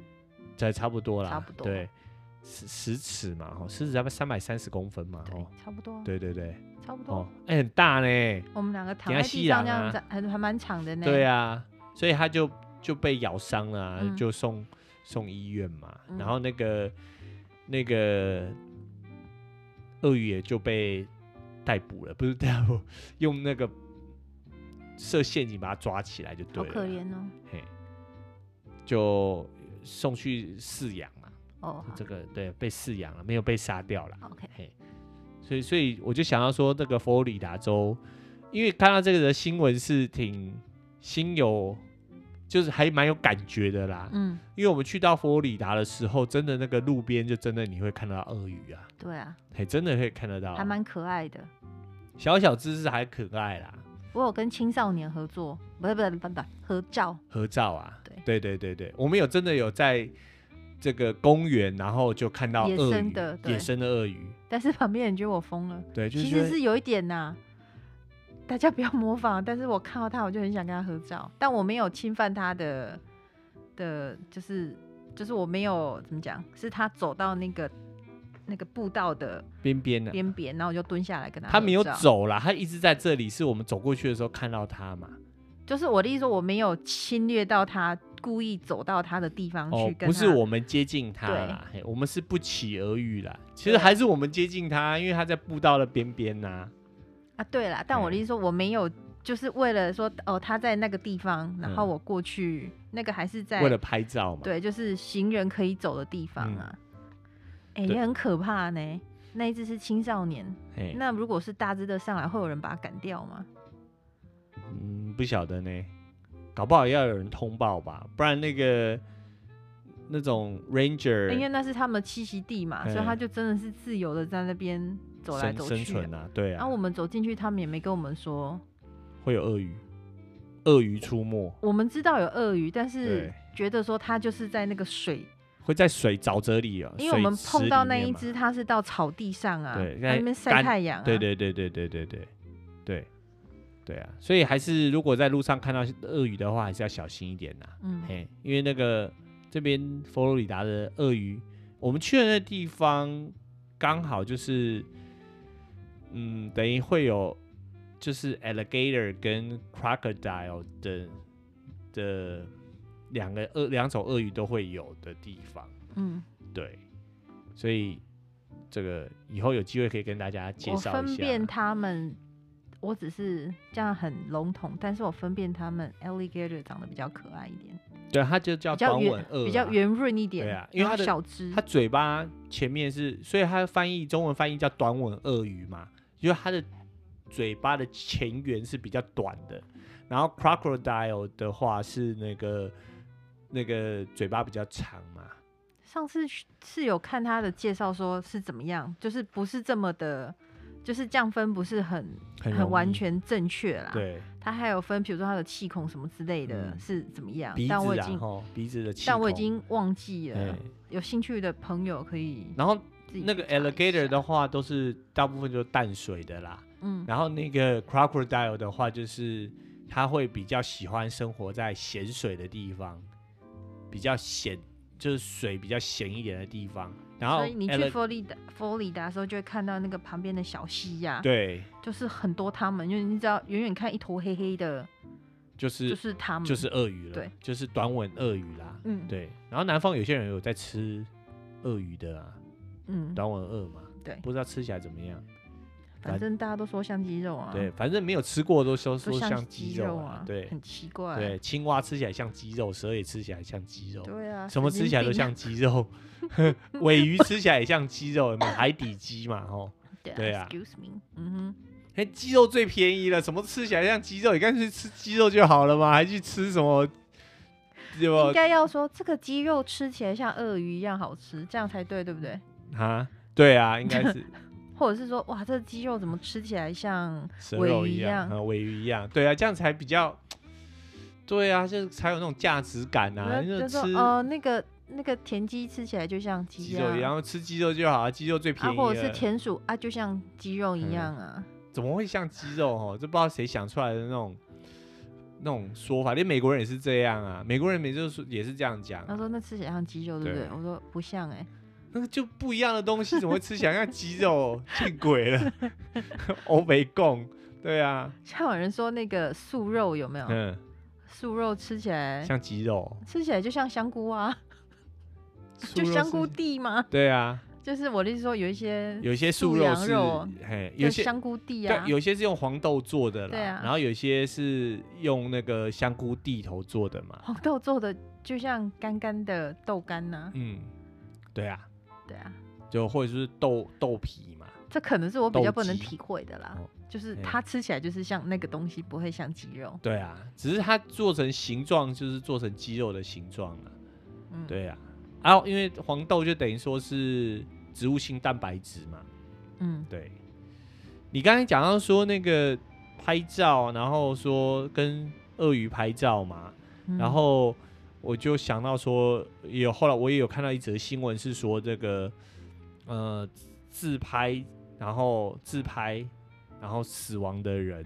S1: 这差不多啦，
S2: 差不多
S1: 对，十十尺嘛，哦，十尺大概三百三十公分嘛，
S2: 对
S1: 哦，，
S2: 差不多啊，
S1: 对对对，
S2: 差不多
S1: 哦。，哎、很大呢，
S2: 我们两个躺
S1: 等
S2: 在
S1: 下
S2: 地
S1: 吸氧
S2: 上这样
S1: 啊
S2: 子，还还蛮长的呢。
S1: 对啊，所以他就就被咬伤了啊、
S2: 嗯
S1: 就送送医院嘛，
S2: 嗯
S1: 然后那个那个鳄鱼也就被逮捕了，不是逮捕， 用那个设陷阱把它抓起来就
S2: 好
S1: 对啊了，
S2: 可怜哦。
S1: 嘿，就送去饲养嘛，
S2: 哦，
S1: 这个对被饲养了，没有被杀掉了。
S2: 好，OK，
S1: 所以所以我就想要说，这个佛罗里达州，因为看到这个的新闻是挺心有，就是还蛮有感觉的啦。
S2: 嗯，
S1: 因为我们去到佛罗里达的时候，真的那个路边就真的你会看到鳄鱼啊，
S2: 对啊，
S1: 嘿，真的会看得到，
S2: 还蛮可爱的。
S1: 小小只是还可爱啦，
S2: 我有跟青少年合作，不是不是不是不是合照，
S1: 合照啊，对
S2: 对
S1: 对对对我们有真的有在这个公园，然后就看到
S2: 野
S1: 鳄
S2: 生
S1: 鱼
S2: 的对
S1: 野生的鳄鱼，
S2: 但是旁边人觉得我疯了。
S1: 对，就是
S2: 其
S1: 觉
S2: 实
S1: 得
S2: 是有一点呐、大家不要模仿。但是我看到他，我就很想跟他合照，但我没有侵犯他的的，就是就是我没有怎么讲，是他走到那个那个步道的
S1: 边边啊的、
S2: 边边，然后我就蹲下来跟他合照。
S1: 他没有，走啦，他一直在这里，是我们走过去的时候看到他嘛。
S2: 就是我的意思，说我没有侵略到他故意走到他的地方去
S1: 哦
S2: 跟，他、
S1: 不是我们接近他
S2: 对
S1: 啦，嘿我们是不期而遇啦。其实
S2: 对
S1: 还是我们接近他，因为他在步道的边边呐。
S2: 啊，对啦，但我
S1: 嗯
S2: 的意思说我没有，就是为了说哦他在那个地方，然后
S1: 嗯
S2: 我过去，那个还是在
S1: 为了拍照嘛。
S2: 对，就是行人可以走的地方
S1: 嗯
S2: 啊，
S1: 对
S2: 哎、
S1: 哎
S2: 也很可怕呢。那一只是青少年，
S1: 嘿，
S2: 那如果是大只的上来，会有人把它赶掉吗？
S1: 嗯，不晓得呢，搞不好要有人通报吧，不然那个那种
S2: 哎因为
S1: ranger
S2: 那是他们的栖息地嘛，所以他
S1: 嗯
S2: 就真的是自由的在那边走来
S1: 生
S2: 走
S1: 生
S2: 去啊。
S1: 存啊，对
S2: 然
S1: 啊，
S2: 后我们走进去，他们也没跟我们说。
S1: 会有鳄鱼，鳄鱼出没，
S2: 我们知道有鳄鱼，但是
S1: 对
S2: 觉得说它就是在那个水，
S1: 会在水沼泽里啊，
S2: 因为我们
S1: 水池
S2: 碰到
S1: 里
S2: 那
S1: 面
S2: 一
S1: 嘛，
S2: 只，它是到草地上啊，
S1: 对
S2: 在那
S1: 在
S2: 边晒
S1: 干
S2: 太阳、啊。
S1: 对对对对对对对对对啊，所以还是如果在路上看到鳄鱼的话，还是要小心一点呐、
S2: 嗯，
S1: 嘿，因为那个这边佛罗里达的鳄鱼，我们去的那地方刚好就是，嗯，等于会有就是 alligator 跟 crocodile 的的两个鳄两种鳄鱼都会有的地方，
S2: 嗯，
S1: 对，所以这个以后有机会可以跟大家介
S2: 我
S1: 绍
S2: 分
S1: 一
S2: 辨
S1: 下。
S2: 它们，我只是这样很笼统，但是我分辨它们 alligator 长得比较可爱一点，
S1: 对，它就叫
S2: 比较
S1: 短吻
S2: 圆，
S1: 鳄、啊，
S2: 比较圆润一点，
S1: 对啊因为
S2: 然后
S1: 它的
S2: 小只
S1: 它，嘴巴前面是，所以它翻译中文翻译叫短吻鳄鱼嘛，就是它的嘴巴的前缘是比较短的。然后 crocodile 的话是那个那个嘴巴比较长嘛，
S2: 上次去是有看他的介绍，说是怎么样，就是不是这么的，就是降分不是很
S1: 很容易
S2: 完。全啊正确啦。，
S1: 对，
S2: 他还有分，比如说他的气孔什么之类的，
S1: 嗯
S2: 是怎么样
S1: 鼻？子
S2: 但我已
S1: 然
S2: 经，
S1: 后鼻子的气孔，
S2: 但我已经忘记了
S1: 哎。
S2: 有兴趣的朋友可以
S1: 然后
S2: 自己
S1: 那个
S2: 去查一
S1: alligator
S2: 下，
S1: 的话都是大部分就是淡水的啦，
S2: 嗯，
S1: 然后那个 crocodile 的话，就是它会比较喜欢生活在咸水的地方，比较咸，就是水比较咸一点的地方。然后
S2: 所以你去
S1: allig-
S2: 佛利达佛利达的时候，就会看到那个旁边的小溪呀、
S1: 对，
S2: 就是很多它们，因为你只要远远看一头黑黑的，
S1: 就是
S2: 就
S1: 就是
S2: 是它们，
S1: 鳄鱼了，
S2: 对，
S1: 就是短吻鳄鱼啦。
S2: 嗯
S1: 对，然后南方有些人有在吃鳄鱼的啊，
S2: 嗯，
S1: 短吻鳄嘛，
S2: 对
S1: 不知道吃起来怎么样。
S2: 反正大家都说像鸡肉啊，
S1: 对，反正没有吃过都说
S2: 就
S1: 说像
S2: 鸡
S1: 鸡肉
S2: 啊，
S1: 对
S2: 很奇怪，
S1: 对，青蛙吃起来像鸡肉，蛇也吃起来像鸡肉，
S2: 对啊，
S1: 什么
S2: 神
S1: 吃
S2: 经
S1: 起来都
S2: 病
S1: 像鸡肉， 尾鱼吃起来也像鸡肉，有没有海底鸡嘛，吼，
S2: 对
S1: 对啊
S2: e x c u s e me，嗯
S1: 哎，鸡肉最便宜了，什么吃起来像鸡肉，你干脆吃鸡肉就好了嘛，还去吃什么？对
S2: 哼，应
S1: 吧？
S2: 该要说这个鸡肉吃起来像鳄鱼一样好吃，这样才对，对不对？
S1: 啊，对啊，应该 是
S2: 或者是说，哇，这个鸡肉怎么吃起来像？
S1: 蛇
S2: 尾
S1: 肉
S2: 鱼
S1: 一
S2: 一
S1: 样，
S2: 样
S1: 嗯尾鱼一样，对啊，这样才比较，对啊，就是才有那种价值感啊，
S2: 然后
S1: 就
S2: 就是说
S1: 吃
S2: 哦，那个那个田鸡吃起来就像
S1: 鸡
S2: 鸡
S1: 肉一
S2: 啊，
S1: 样，吃鸡肉就好，鸡肉最便
S2: 啊，
S1: 宜
S2: 或者是
S1: 了
S2: 田鼠啊，就像鸡肉一
S1: 嗯
S2: 样啊，
S1: 怎么会像鸡肉哦？这不知道谁想出来的那种那种说法，连美国人也是这样啊。美国人每次说也是这样讲啊、
S2: 他说那吃起来像鸡肉，对不对？
S1: 对
S2: 我说不像哎、
S1: 那个就不一样的东西，怎么会吃起来像鸡肉？见鬼 了！欧北贡，对啊，
S2: 像有人说那个素肉有没有？
S1: 嗯，
S2: 素肉吃起来
S1: 像鸡肉，
S2: 吃起来就像香菇啊， 就
S1: 素肉
S2: 香菇
S1: 是。
S2: 地吗？
S1: 对啊，
S2: 就是我的意思说，有一些
S1: 有些素
S2: 素
S1: 肉
S2: 羊
S1: 是，
S2: 肉
S1: 嘿，
S2: 就
S1: 有些
S2: 香菇地
S1: 对
S2: 啊，，
S1: 有些是用黄豆做的啦，
S2: 对啊
S1: 然后有些是用那个香菇地头做的嘛，
S2: 黄豆做的就像干干的豆干呐、
S1: 嗯，对啊，
S2: 对啊，
S1: 就或者是豆豆皮嘛，
S2: 这可能是我比较
S1: 豆
S2: 不能
S1: 鸡
S2: 体会的啦
S1: 哦，
S2: 就是
S1: 哎
S2: 它吃起来就是像那个东西，不会像鸡肉，
S1: 对啊，只是它做成形状，就是做成肌肉的形状了、
S2: 嗯，，
S1: 对啊，然、后因为黄豆就等于说是植物性蛋白质嘛。
S2: 嗯，
S1: 对，你刚才讲到说那个拍照，然后说跟鳄鱼拍照嘛，
S2: 嗯
S1: 然后我就想到说，也有后来我也有看到一则新闻是说这个呃自拍，然后自拍，然后死亡的人，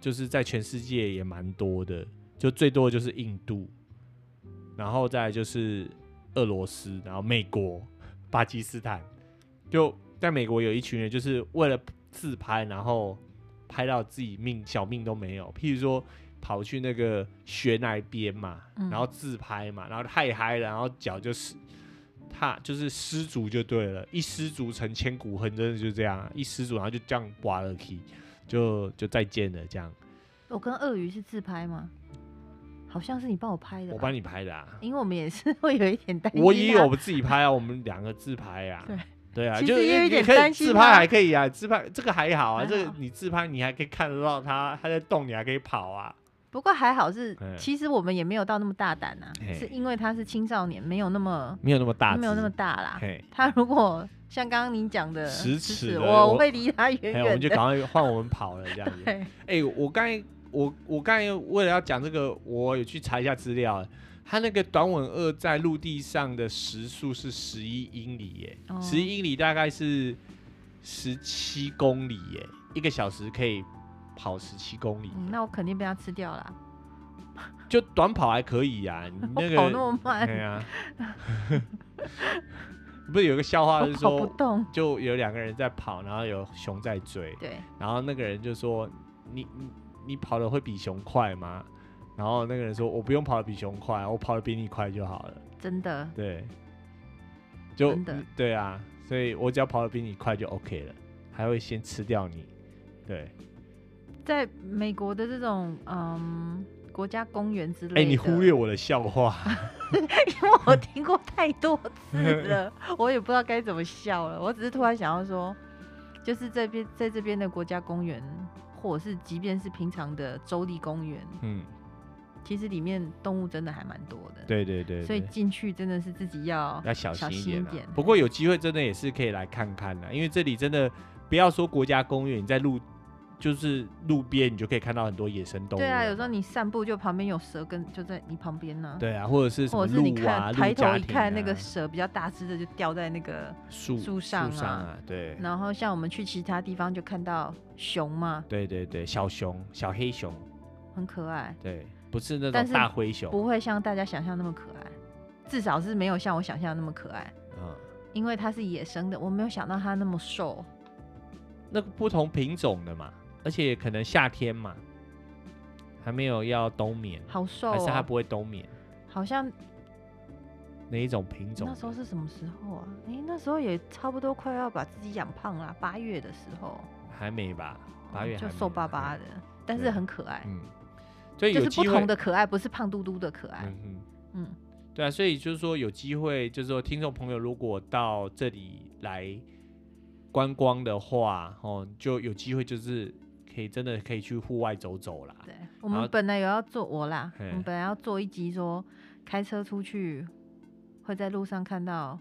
S1: 就是在全世界也蛮多的，就最多的就是印度，然后再来就是俄罗斯，然后美国、巴基斯坦，就在美国有一群人就是为了自拍，然后拍到自己命小命都没有，譬如说。跑去那个悬崖边嘛，
S2: 嗯
S1: 然后自拍嘛，然后太嗨了，然后脚就是踏就是失足就对了，一失足成千古恨，真的就这样，一失足然后就这样刮了 key，就就再见了这样。
S2: 我哦跟鳄鱼是自拍吗？好像是你帮我拍的吧，
S1: 我帮你拍的啊，
S2: 因为我们也是 会有一点担心啊。
S1: 我也有自己拍啊，我们两个自拍啊。
S2: 对。
S1: 对啊，
S2: 其
S1: 就
S2: 实也有一
S1: 你
S2: 点
S1: 可以
S2: 担心
S1: 自
S2: 啊
S1: 拍还可以啊，自拍这个还好啊，
S2: 还
S1: 这个
S2: 好
S1: 你自拍你还可以看得到它，它在动，你还可以跑啊。
S2: 不过还好是
S1: 哎，
S2: 其实我们也没有到那么大胆啊，
S1: 嘿
S2: 是因为他是青少年，没有那么
S1: 没有那么大只，
S2: 没有那么大啦。
S1: 嘿，
S2: 他如果像刚刚你讲的
S1: 十尺的
S2: 我
S1: 我
S2: 会离他远
S1: 嘿，我们
S2: 远
S1: 就
S2: 的。
S1: 赶快换我们跑了这样子。
S2: 对，
S1: 哎、我刚才我我刚才为了要讲这个，我有去查一下资料，它那个短吻鳄在陆地上的时速是十一英里耶，
S2: 哦
S1: 十一、英里大概是十七公里耶，一个小时可以跑十七公里，
S2: 嗯那我肯定被他吃掉了。
S1: 就短跑还可以啊，你那
S2: 我跑那
S1: 个
S2: 么
S1: 对
S2: 慢，
S1: 啊，不是有个笑话
S2: 我
S1: 是
S2: 跑不
S1: 说。
S2: 动。
S1: 就有两个人在跑，然后有熊在追，
S2: 对，
S1: 然后那个人就说：“你你你跑的会比熊快吗？”然后那个人说：“我不用跑的比熊快，我跑的比你快就好了。
S2: 真的”，
S1: 对，就
S2: 真的
S1: 对啊，所以我只要跑的比你快就 OK 了，还会先吃掉你。对，
S2: 在美国的这种嗯国家公园之类
S1: 哎、
S2: 的，
S1: 你忽略我的笑话，
S2: 因为
S1: 嗯
S2: 我听过太多次 了，我也不知道该怎么笑了。我只是突然想要说，就是这边在这边的国家公园，或者是即便是平常的州立公园，
S1: 嗯，
S2: 其实里面动物真的还蛮多的。
S1: 对对对
S2: 所以
S1: 对
S2: 进去真的是自己要
S1: 要小
S2: 小
S1: 心一
S2: 心
S1: 点、
S2: 一
S1: 啊。
S2: 点
S1: 不过有机会真的也是可以来看看的、因为这里真的不要说国家公园，你在路就是路边你就可以看到很多野生动物了
S2: 对
S1: 嘛。
S2: 啊，有时候你散步就旁边有蛇跟就在你旁边呢、
S1: 对啊，或者是什么
S2: 或者是你
S1: 鹿啊、
S2: 看
S1: 鹿
S2: 抬头
S1: 家
S2: 一
S1: 庭
S2: 看，那
S1: 啊
S2: 个蛇比较大只的就掉在那个，
S1: 树
S2: 树上
S1: 树上
S2: 啊
S1: 啊，对
S2: 然后像我们去其他地方就看到熊嘛，
S1: 对对对，小熊、小黑熊，
S2: 很可爱。
S1: 对，不是那
S2: 但
S1: 种
S2: 是
S1: 大灰熊，
S2: 不会像大家想象那么可爱，至少是没有像我想象那么可爱，
S1: 嗯，
S2: 因为它是野生的，我没有想到它那么瘦。
S1: 那个不同品种的嘛，而且可能夏天嘛，还没有要冬眠，
S2: 好瘦、
S1: 还是它
S2: 哦，
S1: 不会冬眠，
S2: 好像
S1: 哪一种品种
S2: 那
S1: 的？
S2: 时候是什么时候啊？诶，那时候也差不多快要把自己养胖啦，八月的时候，嗯
S1: 还没吧？八月
S2: 就
S1: 还没
S2: 瘦巴巴
S1: 还
S2: 的
S1: 没，
S2: 但是
S1: 对
S2: 很可爱，
S1: 嗯，所以
S2: 就
S1: 有
S2: 是
S1: 机
S2: 不
S1: 会
S2: 同，的可爱，不是胖嘟嘟的可爱
S1: 嗯。哼。
S2: 嗯，
S1: 对啊，所以就是说有机会，就是说听众朋友如果到这里来观光的话，哦，就有机会就是可以真的可以去户外走走啦。
S2: 对，我
S1: 然
S2: 们
S1: 后
S2: 本来有要做我啦，我
S1: 嘿
S2: 们本来要做一集说开车出去会在路上看到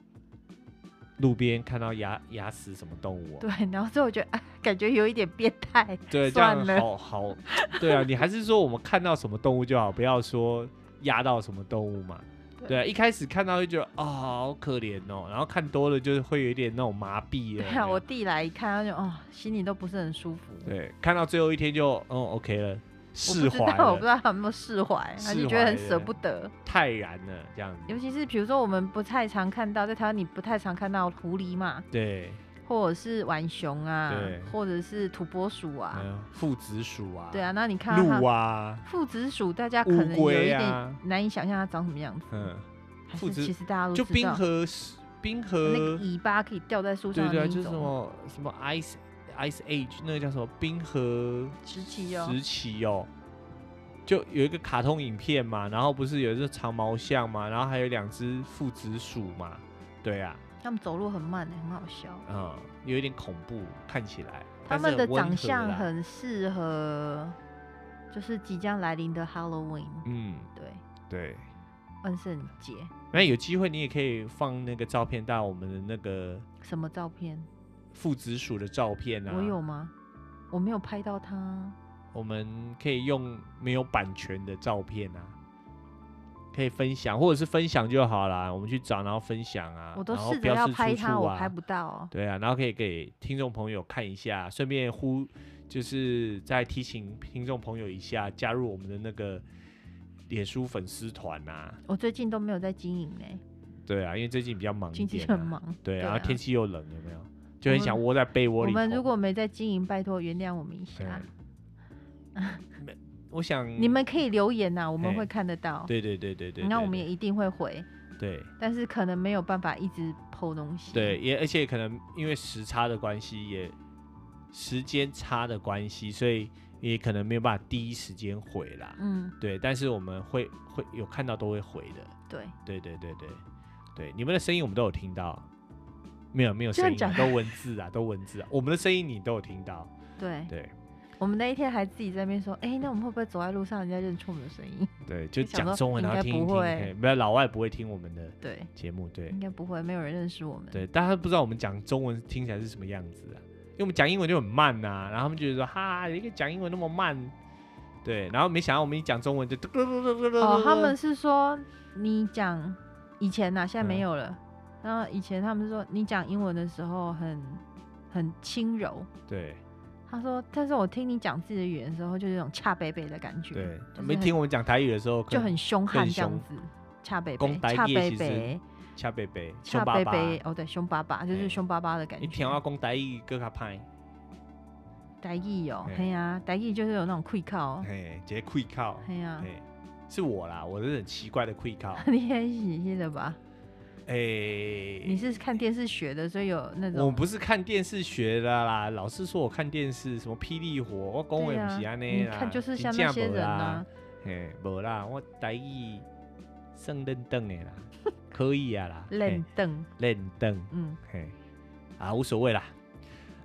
S1: 路边看到牙牙齿什么动物、哦，
S2: 对，然后所以我觉得、啊、感觉有一点变态，
S1: 对，这
S2: 算
S1: 样
S2: 了
S1: 好好，对啊，你还是说我们看到什么动物就好，不要说压到什么动物嘛。
S2: 对
S1: 对啊，一开始看到就觉得啊、好可怜哦，然后看多了就是会有一点那种麻痹了。有
S2: 对
S1: 没
S2: 啊，
S1: 有
S2: 我弟来一看，他就哦，心里都不是很舒服。我
S1: 对看到最后一天就嗯 OK 了，
S2: 不
S1: 释
S2: 知
S1: 怀
S2: 道，我不知
S1: 了，
S2: 道他有没有释怀，他
S1: 释
S2: 就觉得
S1: 怀
S2: 很舍
S1: 了
S2: 不得。
S1: 泰然了这样子。
S2: 尤其是比如说我们不太常看到，在台湾你不太常看到狐狸嘛，
S1: 对，
S2: 或者是浣熊啊
S1: 对，
S2: 或者是土拨鼠啊，
S1: 嗯，父子鼠啊，
S2: 对啊，那你看到
S1: 鹿
S2: 它
S1: 啊，
S2: 父子鼠，大家可
S1: 乌
S2: 能有一
S1: 龟
S2: 点
S1: 啊
S2: 难以想象它长什么样子。
S1: 嗯，
S2: 还
S1: 父
S2: 是
S1: 子
S2: 其实大家都
S1: 就
S2: 知
S1: 冰
S2: 道，
S1: 河是冰
S2: 那
S1: 河，
S2: 个尾巴可以吊在树上
S1: 对对啊，
S2: 的那一
S1: 就是什
S2: 种，
S1: 么什么 ice ice age 那个叫什么冰河
S2: 时期哦
S1: 时期哦。就有一个卡通影片嘛，然后不是有一只长毛象嘛，然后还有两只父子鼠嘛，对啊，
S2: 它们走路很慢的，很好笑。
S1: 嗯，有一点恐怖，看起来。
S2: 他
S1: 但是
S2: 们的
S1: 很温
S2: 长
S1: 和
S2: 相
S1: 啦，
S2: 很适合，就是即将来临的 Halloween，
S1: 嗯，
S2: 对，
S1: 对。
S2: 万圣节。
S1: 那有机会你也可以放那个照片到我们的那个
S2: 什么照片？
S1: 父子鼠的照片啊，
S2: 我有吗？我没有拍到他，
S1: 我们可以用没有版权的照片啊，可以分享，或者是分享就好啦。我们去找，然后分享啊，
S2: 我都
S1: 然后
S2: 试着
S1: 标
S2: 要
S1: 示
S2: 拍
S1: 出
S2: 他，
S1: 处
S2: 我
S1: 啊
S2: 拍不到哦。
S1: 对啊，然后可以给听众朋友看一下，顺便呼就是再提醒听众朋友一下，加入我们的那个脸书粉丝团啊。
S2: 我最近都没有在经营呢、
S1: 对啊，因为最近比较忙一
S2: 经济
S1: 点、
S2: 很
S1: 啊，
S2: 忙。
S1: 对，然后
S2: 啊
S1: 天气又冷，有没有？就
S2: 我
S1: 很
S2: 们
S1: 想窝在被窝
S2: 我
S1: 里头。
S2: 们如果没在经营，拜托原谅我们一下
S1: 嗯。没我想
S2: 你们可以留言呐、我们
S1: 嘿
S2: 会看得到，
S1: 对对对对对，
S2: 那
S1: 对
S2: 我们也
S1: 对
S2: 一定会回，
S1: 对
S2: 但是可能没有办法一直剖东西。
S1: 对，也而且可能因为时差的关系，也时间差的关系，所以也可能没有办法第一时间回啦。
S2: 嗯，
S1: 对，但是我们会会有看到都会回的。
S2: 对，
S1: 对对对对对，你们的声音我们都有听到，没有没有声
S2: 这样
S1: 音、啊，
S2: 讲
S1: 都文字啊，都文字啊，我们的声音你都有听到。
S2: 对，
S1: 对
S2: 我们那一天还自己在那边说，哎、那我们会不会走在路上人家认出我们的声音？
S1: 对，就
S2: 就想
S1: 讲
S2: 说
S1: 中文
S2: 应
S1: 然后
S2: 该
S1: 听一
S2: 不
S1: 听，
S2: 会
S1: 嘿没有老外不会听我们的
S2: 对，
S1: 节目， 对。
S2: 应该不会，没有人认识我们。
S1: 对，大家不知道我们讲中文听起来是什么样子啊，因为我们讲英文就很慢呐、然后他们就觉得说哈，一个讲英文那么慢，对，然后没想到我们一讲中文就嘟嘟嘟嘟嘟嘟，
S2: 哦，他们是说你讲以前呐、啊现
S1: 嗯
S2: 在没有了。然后以前他们是说你讲英文的时候很很轻柔，
S1: 对
S2: 他说，但是我听你讲自己的语言的时候，就有一种恰北北的感觉，
S1: 对，
S2: 就是
S1: 没
S2: 很
S1: 听我们讲台语的时候可
S2: 就
S1: 能
S2: 很凶悍
S1: 更
S2: 这样
S1: 凶
S2: 子，恰北
S1: 讲
S2: 北，
S1: 台
S2: 恰
S1: 语的
S2: 北
S1: 时
S2: 北，
S1: 恰贝贝凶
S2: 恰
S1: 巴
S2: 北
S1: 巴，
S2: 北，哦对，凶巴巴就是
S1: 嘿
S2: 凶巴巴的感
S1: 你
S2: 觉。
S1: 听我讲台语更较歹，
S2: 台语哦，
S1: 嘿
S2: 嘿呀，台语就是有那种愧靠，
S1: 嘿，直接愧靠，
S2: 哦嘿啊呀，
S1: 嘿，是我啦，我是很奇怪的愧 靠，
S2: 你也喜气的吧？你
S1: 哎。
S2: 是看电视学的，所以有那
S1: 我
S2: 种
S1: 不是看电视学的啦，老师说我看电视什么霹雳火，我讲
S2: 对
S1: 话
S2: 啊
S1: 不是安尼
S2: 你
S1: 啦，
S2: 看就是像
S1: 真
S2: 那
S1: 正
S2: 些
S1: 没
S2: 人
S1: 啦
S2: 啊，
S1: 嘿，无啦，我台语算认凳 的啦，可以啊啦，
S2: 冷
S1: 嘿
S2: 瞪，
S1: 认凳，
S2: 嗯，
S1: 嘿，啊无所谓啦。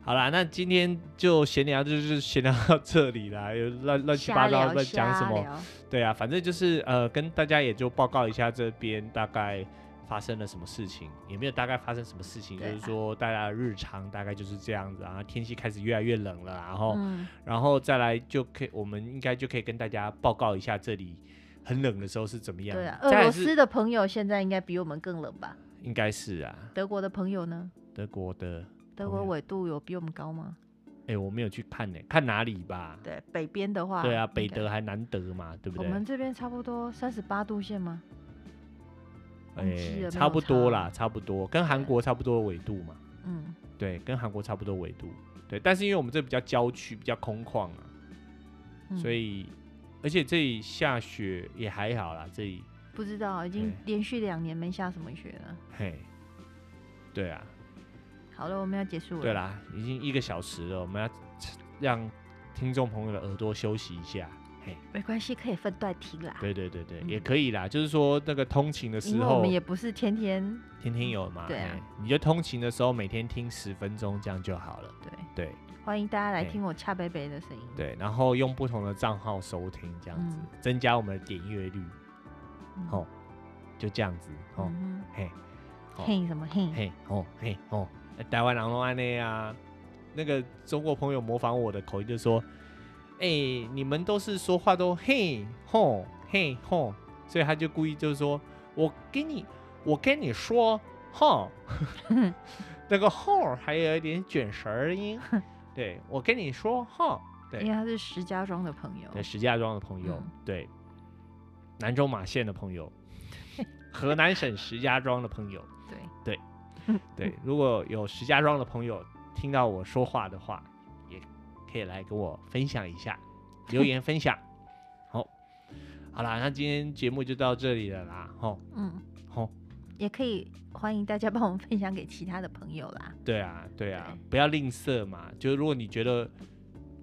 S1: 好啦，那今天就闲聊，就是闲聊到这里啦， 又乱乱七八
S2: 瞎
S1: 糟
S2: 聊
S1: 乱讲什？
S2: 瞎
S1: 么？
S2: 聊
S1: 对啊，反正就是呃，跟大家也就报告一下这边大概发生了什么事情，也没有大概发生什么事情，就
S2: 对啊
S1: 是说大家的日常大概就是这样子啊，天气开始越来越冷了，然后
S2: 嗯，
S1: 然后再来就可以，我们应该就可以跟大家报告一下这里很冷的时候是怎么样。
S2: 对啊，
S1: 再
S2: 俄
S1: 来
S2: 罗
S1: 是
S2: 斯的朋友现在应该比我们更冷吧？
S1: 应该是啊，
S2: 德国的朋友呢？
S1: 德国的，
S2: 德
S1: 朋
S2: 国
S1: 友
S2: 纬度有比我们高吗？
S1: 哎，我没有去看呢、看哪里吧？
S2: 对，北边的话，
S1: 对啊，北
S2: 应该
S1: 德还南德嘛，对不
S2: 我
S1: 对？
S2: 们这边差不多三十八度线吗？忘记了
S1: 哎，
S2: 没
S1: 差
S2: 有
S1: 不
S2: 查
S1: 多啦，差不多，跟韩
S2: 对啊
S1: 国差不多的纬度嘛。
S2: 嗯，
S1: 对，跟韩国差不多纬度。对，但是因为我们这比较郊区，比较空旷啊，
S2: 嗯
S1: 所以而且这里下雪也还好啦，这里
S2: 不知道，已经
S1: 对
S2: 连续两年没下什么雪了。
S1: 嘿，对啊，
S2: 好了，我们要结束了。
S1: 对，啦，已经一个小时了，我们要让听众朋友的耳朵休息一下。嘿，
S2: 没关系，可以分段听啦。
S1: 对对对对，
S2: 嗯
S1: 也可以啦。就是说那个通勤的
S2: 因
S1: 时
S2: 为我
S1: 候
S2: 们，也不是天天
S1: 天天有嘛，
S2: 对啊
S1: 嘿你就通勤的时候每天听十分钟，这样就好了。
S2: 对，
S1: 对
S2: 欢迎大家来
S1: 嘿
S2: 听我恰贝贝的声音。
S1: 对，然后用不同的账号收听，这样子、增加我们的点阅率。
S2: 嗯，
S1: 哦，就这样子哦，
S2: 嗯
S1: 嘿
S2: 哼
S1: 哦
S2: 嘿什么嘿？
S1: 嘿哦嘿哦，呃台湾人都安尼啊。那个中国朋友模仿我的口音就说：“哎、你们都是说话都嘿吼嘿吼，所以他就故意就是说我跟你我跟你说 吼，那个吼还有一点卷舌儿 音，对我跟你说吼，对
S2: 因为他是石家庄的朋友，
S1: 对，石家庄的朋友，
S2: 哦嗯
S1: 对，南州马县的朋 友，河南省石家庄的朋友，
S2: 对，
S1: 对，如果有石家庄的朋友听到我说话的话，也可以来跟我分享一下，留言分享。好，好啦，那今天节目就到这里了啦。吼
S2: 嗯，
S1: 吼，
S2: 也可以欢迎大家帮我们分享给其他的朋友啦。
S1: 对啊，对啊
S2: 对，
S1: 不要吝啬嘛。就是如果你觉得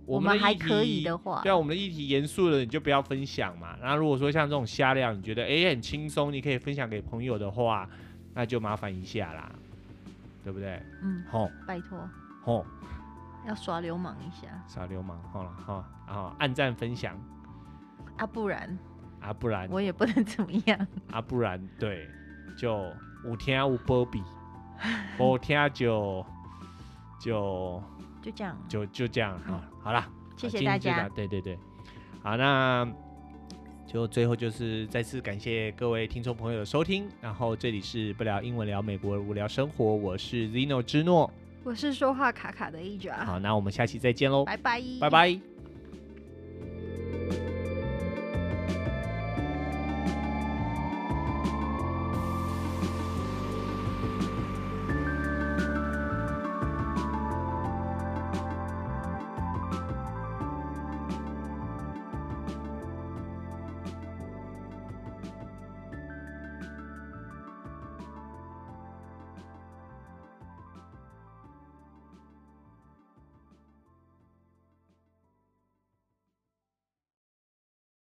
S1: 我们
S2: 们
S1: 的
S2: 还
S1: 议
S2: 可以
S1: 题
S2: 的话，
S1: 对啊，我们的议题严肃的你就不要分享嘛。那如果说像这种瞎料，你觉得哎、诶很轻松，你可以分享给朋友的话，那就麻烦一下啦，对不对？
S2: 嗯，
S1: 吼
S2: 拜托，
S1: 吼，
S2: 要耍流氓一下
S1: 耍流氓，吼了吼，然后按赞分享
S2: 啊，不然
S1: 啊，不然
S2: 我也不能怎么样。
S1: 啊，不然对，就有听有波 比，无听就就
S2: 就这样，
S1: 就就这样哈。好啦，
S2: 谢
S1: 啊
S2: 谢
S1: 今
S2: 大
S1: 天就
S2: 家
S1: 到。对对对，好，那就最后就是再次感谢各位听众朋友的收听。然后这里是不聊英文聊美国无聊生活，我是 Zeno 之诺。
S2: 我是说话卡卡的一 j
S1: 好，那我们下期再见喽，
S2: 啊拜拜，
S1: 拜。拜